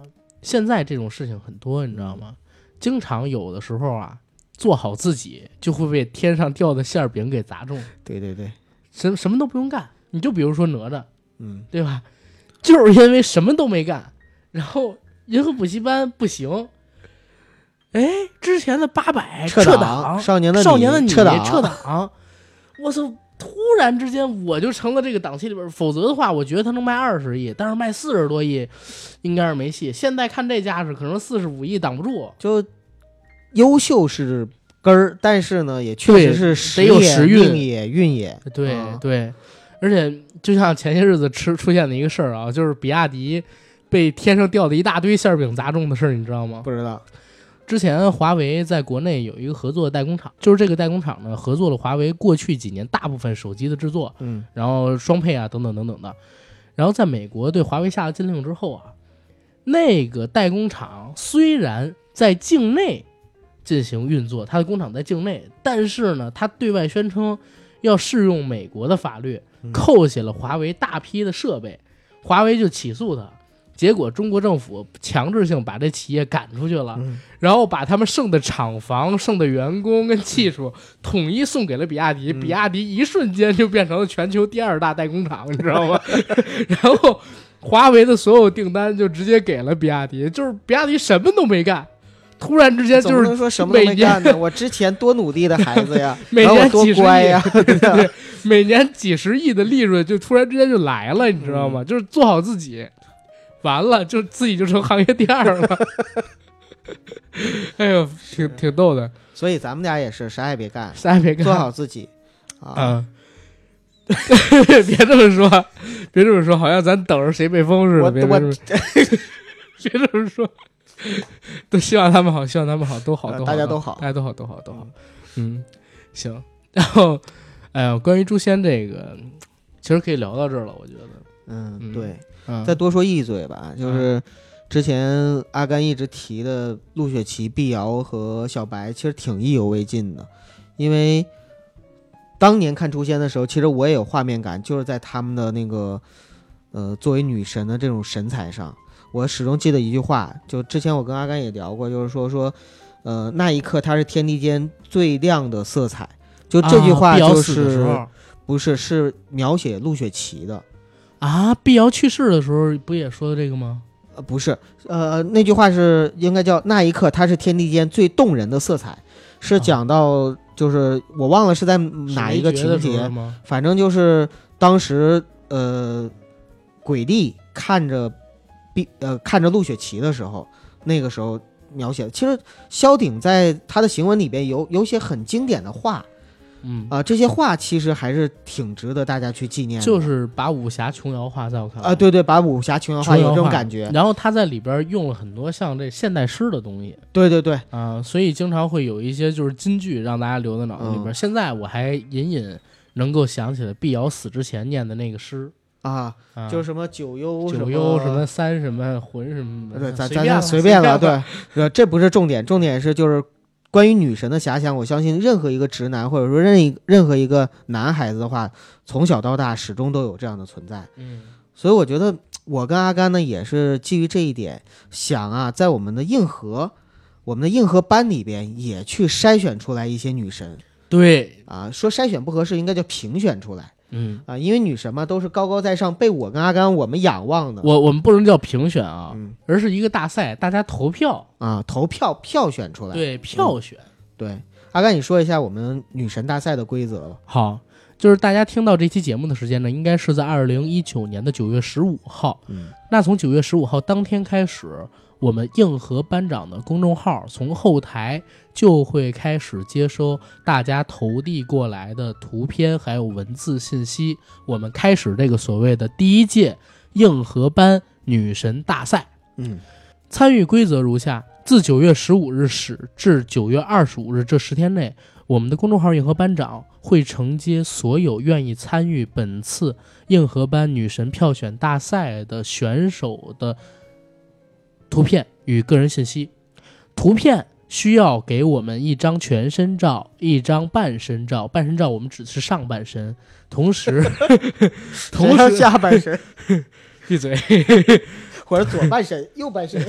现在这种事情很多，你知道吗？经常有的时候啊，做好自己就会被天上掉的馅儿饼给砸中，
对对对，
什什么都不用干，你就比如说哪吒，
嗯，
对吧？就是因为什么都没干，然后银河补习班不行，哎，之前的八百
撤
哎档，
少年的
少年的你
撤档，
撤档，我操！突然之间我就成了这个档期里边儿，否则的话，我觉得他能卖二十亿，但是卖四十多亿应该是没戏。现在看这架势，可能四十五亿挡不住，
就优秀是根儿，但是呢，也确实是时
得有
也
时运
命也运也，
对、
啊
对。而且就像前些日子吃出现的一个事儿啊，就是比亚迪被天上掉的一大堆馅儿饼砸中的事儿，你知道吗？
不知道，
之前华为在国内有一个合作的代工厂，就是这个代工厂呢合作了华为过去几年大部分手机的制作，
嗯
然后双配啊等等等等的。然后在美国对华为下了禁令之后啊，那个代工厂虽然在境内进行运作，它的工厂在境内，但是呢，它对外宣称要适用美国的法律，
嗯
扣下了华为大批的设备，华为就起诉它。结果中国政府强制性把这企业赶出去了，
嗯
然后把他们剩的厂房、剩的员工跟技术统一送给了比亚迪，
嗯
比亚迪一瞬间就变成了全球第二大代工厂，你知 道吗？然后华为的所有订单就直接给了比亚迪，就是比亚迪什么都没干，突然之间
总
就
不
是
能说什么都
每
没
年
干呢。我之前多努力的孩子呀，
每
然后我
年
多
几十
乖
亿
呀，对吧
对每年几十亿的利润就突然之间就来了，你知道
嗯
吗？就是做好自己，完了就自己就成行业第二 了。哎呦，挺挺逗的，
所以咱们俩也是啥也 别干，
啥也别干，
做好自己啊。
啊。 别这么说，别这么说，好像咱等着谁被封似
我
的。别别
我
这么 别这么说，都希望他们好，希望他们好，都好，
呃
都好，
大家
都
都好
大家都好，都好，都好。嗯， 呃行。然后，哎呀，关于诛仙这个，其实可以聊到这儿了，我觉得。
嗯，
嗯
对。
嗯，
再多说一嘴吧，就是之前阿甘一直提的陆雪琪、碧瑶和小白，其实挺意犹未尽的，因为当年看《诛仙》的时候，其实我也有画面感，就是在他们的那个呃作为女神的这种神采上，我始终记得一句话，就之前我跟阿甘也聊过，就是说说呃那一刻她是天地间最亮的色彩，就这句
啊
话
碧瑶
就
死的时
是、
候
不是是描写陆雪琪的。
啊，碧瑶去世的时候不也说的这个吗？
呃，不是，呃，那句话是应该叫那一刻，它是天地间最动人的色彩，
啊
是讲到就是我忘了是在哪一个情
史梅绝的时候
节，
吗？
反正就是当时呃，鬼帝看着碧呃看着陆雪琪的时候，那个时候描写的，其实萧鼎在他的行文里边有有些很经典的话
嗯，
啊、这些话其实还是挺值得大家去纪念的，
就是把武侠琼瑶化，在我看来
啊、对对，把武侠琼瑶化有这
琼瑶
种
化
感觉，
然后他在里边用了很多像这现代诗的东西
对对对。
啊，所以经常会有一些就是金句让大家留在脑子里边。
嗯
现在我还隐隐能够想起来碧瑶死之前念的那个诗，
啊，
啊、
就是什么九幽
九幽什么三什么魂什么的，
对，咱
随便
咱
了
随便了，
吧
对，呃，这不是重点，重点是就是关于女神的遐想，我相信任何一个直男或者说任一任何一个男孩子的话，从小到大始终都有这样的存在，
嗯
所以我觉得我跟阿甘呢也是基于这一点，想啊，在我们的硬核。我们的硬核班里边也去筛选出来一些女神
对，
啊，说筛选不合适，应该叫评选出来
嗯，
啊，因为女神嘛都是高高在上，被我跟阿甘我们仰望的。
我我们不能叫评选啊，
嗯，
而是一个大赛，大家投票，
啊，投票票选出来。
对
嗯
票选。
对阿甘，你说一下我们女神大赛的规则吧。
好，就是大家听到这期节目的时间呢，应该是在二零一九年的九月十五号。
嗯，
那从九月十五号当天开始，我们硬核班长的公众号从后台就会开始接收大家投递过来的图片还有文字信息。我们开始这个所谓的第一届硬核班女神大赛。
嗯
参与规则如下：自九月十五日始至九月二十五日这十天内，我们的公众号“硬核班长”会承接所有愿意参与本次硬核班女神票选大赛的选手的图片与个人信息。图片需要给我们一张全身照，一张半身照。半身照我们只是上半身，同时， 同
谁要
时
下半 身
闭嘴。
或者左半身、右半身。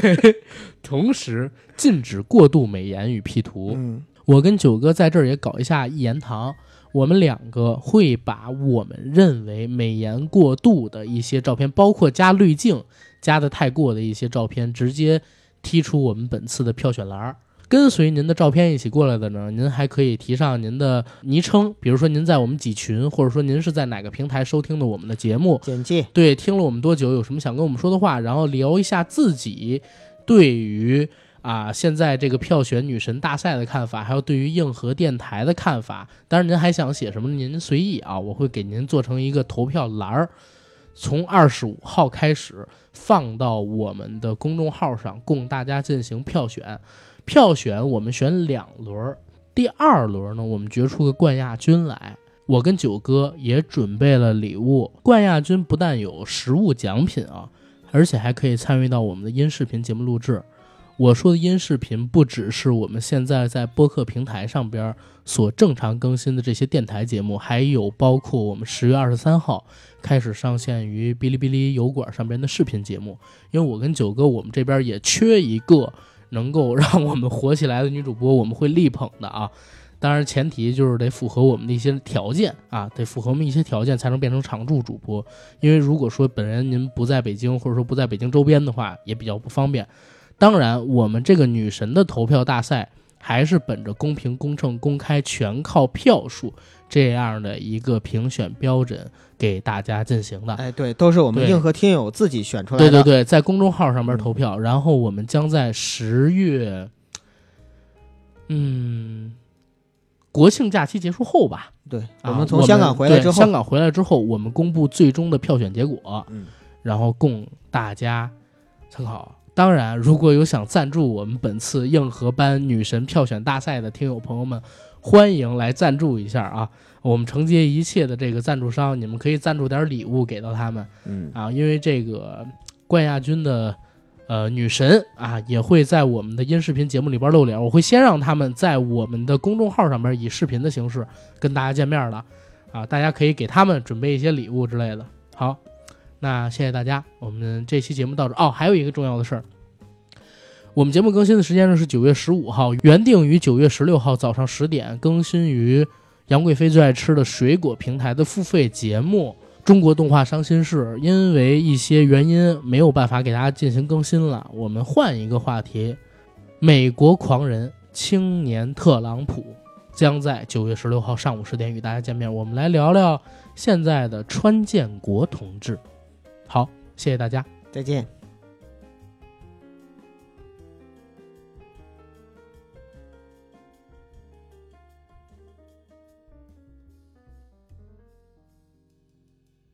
同时禁止过度美颜与 P 图。
嗯
我跟九哥在这儿也搞一下一言堂，我们两个会把我们认为美颜过度的一些照片，包括加滤镜加的太过的一些照片，直接踢出我们本次的票选栏儿。跟随您的照片一起过来的呢，您还可以提上您的昵称，比如说您在我们几群，或者说您是在哪个平台收听的我们的节目，
简介。
对，听了我们多久，有什么想跟我们说的话，然后聊一下自己对于啊现在这个票选女神大赛的看法，还有对于硬核电台的看法。当然，您还想写什么，您随意啊，我会给您做成一个投票栏儿，从二十五号开始放到我们的公众号上，供大家进行票选。票选我们选两轮儿，第二轮呢，我们决出个冠亚军来。我跟九哥也准备了礼物，冠亚军不但有实物奖品啊，而且还可以参与到我们的音视频节目录制。我说的音视频不只是我们现在在播客平台上边所正常更新的这些电台节目，还有包括我们十月二十三号开始上线于哔哩哔哩油管上边的视频节目。因为我跟九哥，我们这边也缺一个能够让我们火起来的女主播，我们会力捧的啊。当然，前提就是得符合我们的一些条件啊，得符合我们一些条件才能变成常驻主播。因为如果说本人您不在北京，或者说不在北京周边的话，也比较不方便。当然，我们这个女神的投票大赛还是本着公平、公正、公开、全靠票数这样的一个评选标准给大家进行的。
哎，对，都是我们
对
硬核听友自己选出来
对
的。嗯
对对，在公众号上面投票，然后我们将在十月，嗯，国庆假期结束后吧，
对
啊
我们从香港回来之
对香
后，
港回来之后，我们公布最终的票选结果，
嗯
然后供大家参考。当然，如果有想赞助我们本次硬核班女神票选大赛的听友朋友们，欢迎来赞助一下啊！我们承接一切的这个赞助商，你们可以赞助点礼物给到他们
嗯，
啊，因为这个冠亚军的呃女神啊，也会在我们的音视频节目里边露脸。我会先让他们在我们的公众号上边以视频的形式跟大家见面了啊，大家可以给他们准备一些礼物之类的。好，那谢谢大家，我们这期节目到这儿哦，还有一个重要的事儿。我们节目更新的时间呢是九月十五号，原定于九月十六号早上十点更新于杨贵妃最爱吃的水果平台的付费节目《中国动画伤心事》，因为一些原因没有办法给大家进行更新了，我们换一个话题，美国狂人青年特朗普将在九月十六号上午十点与大家见面，我们来聊聊现在的川建国同志。好，谢谢大家。
再见。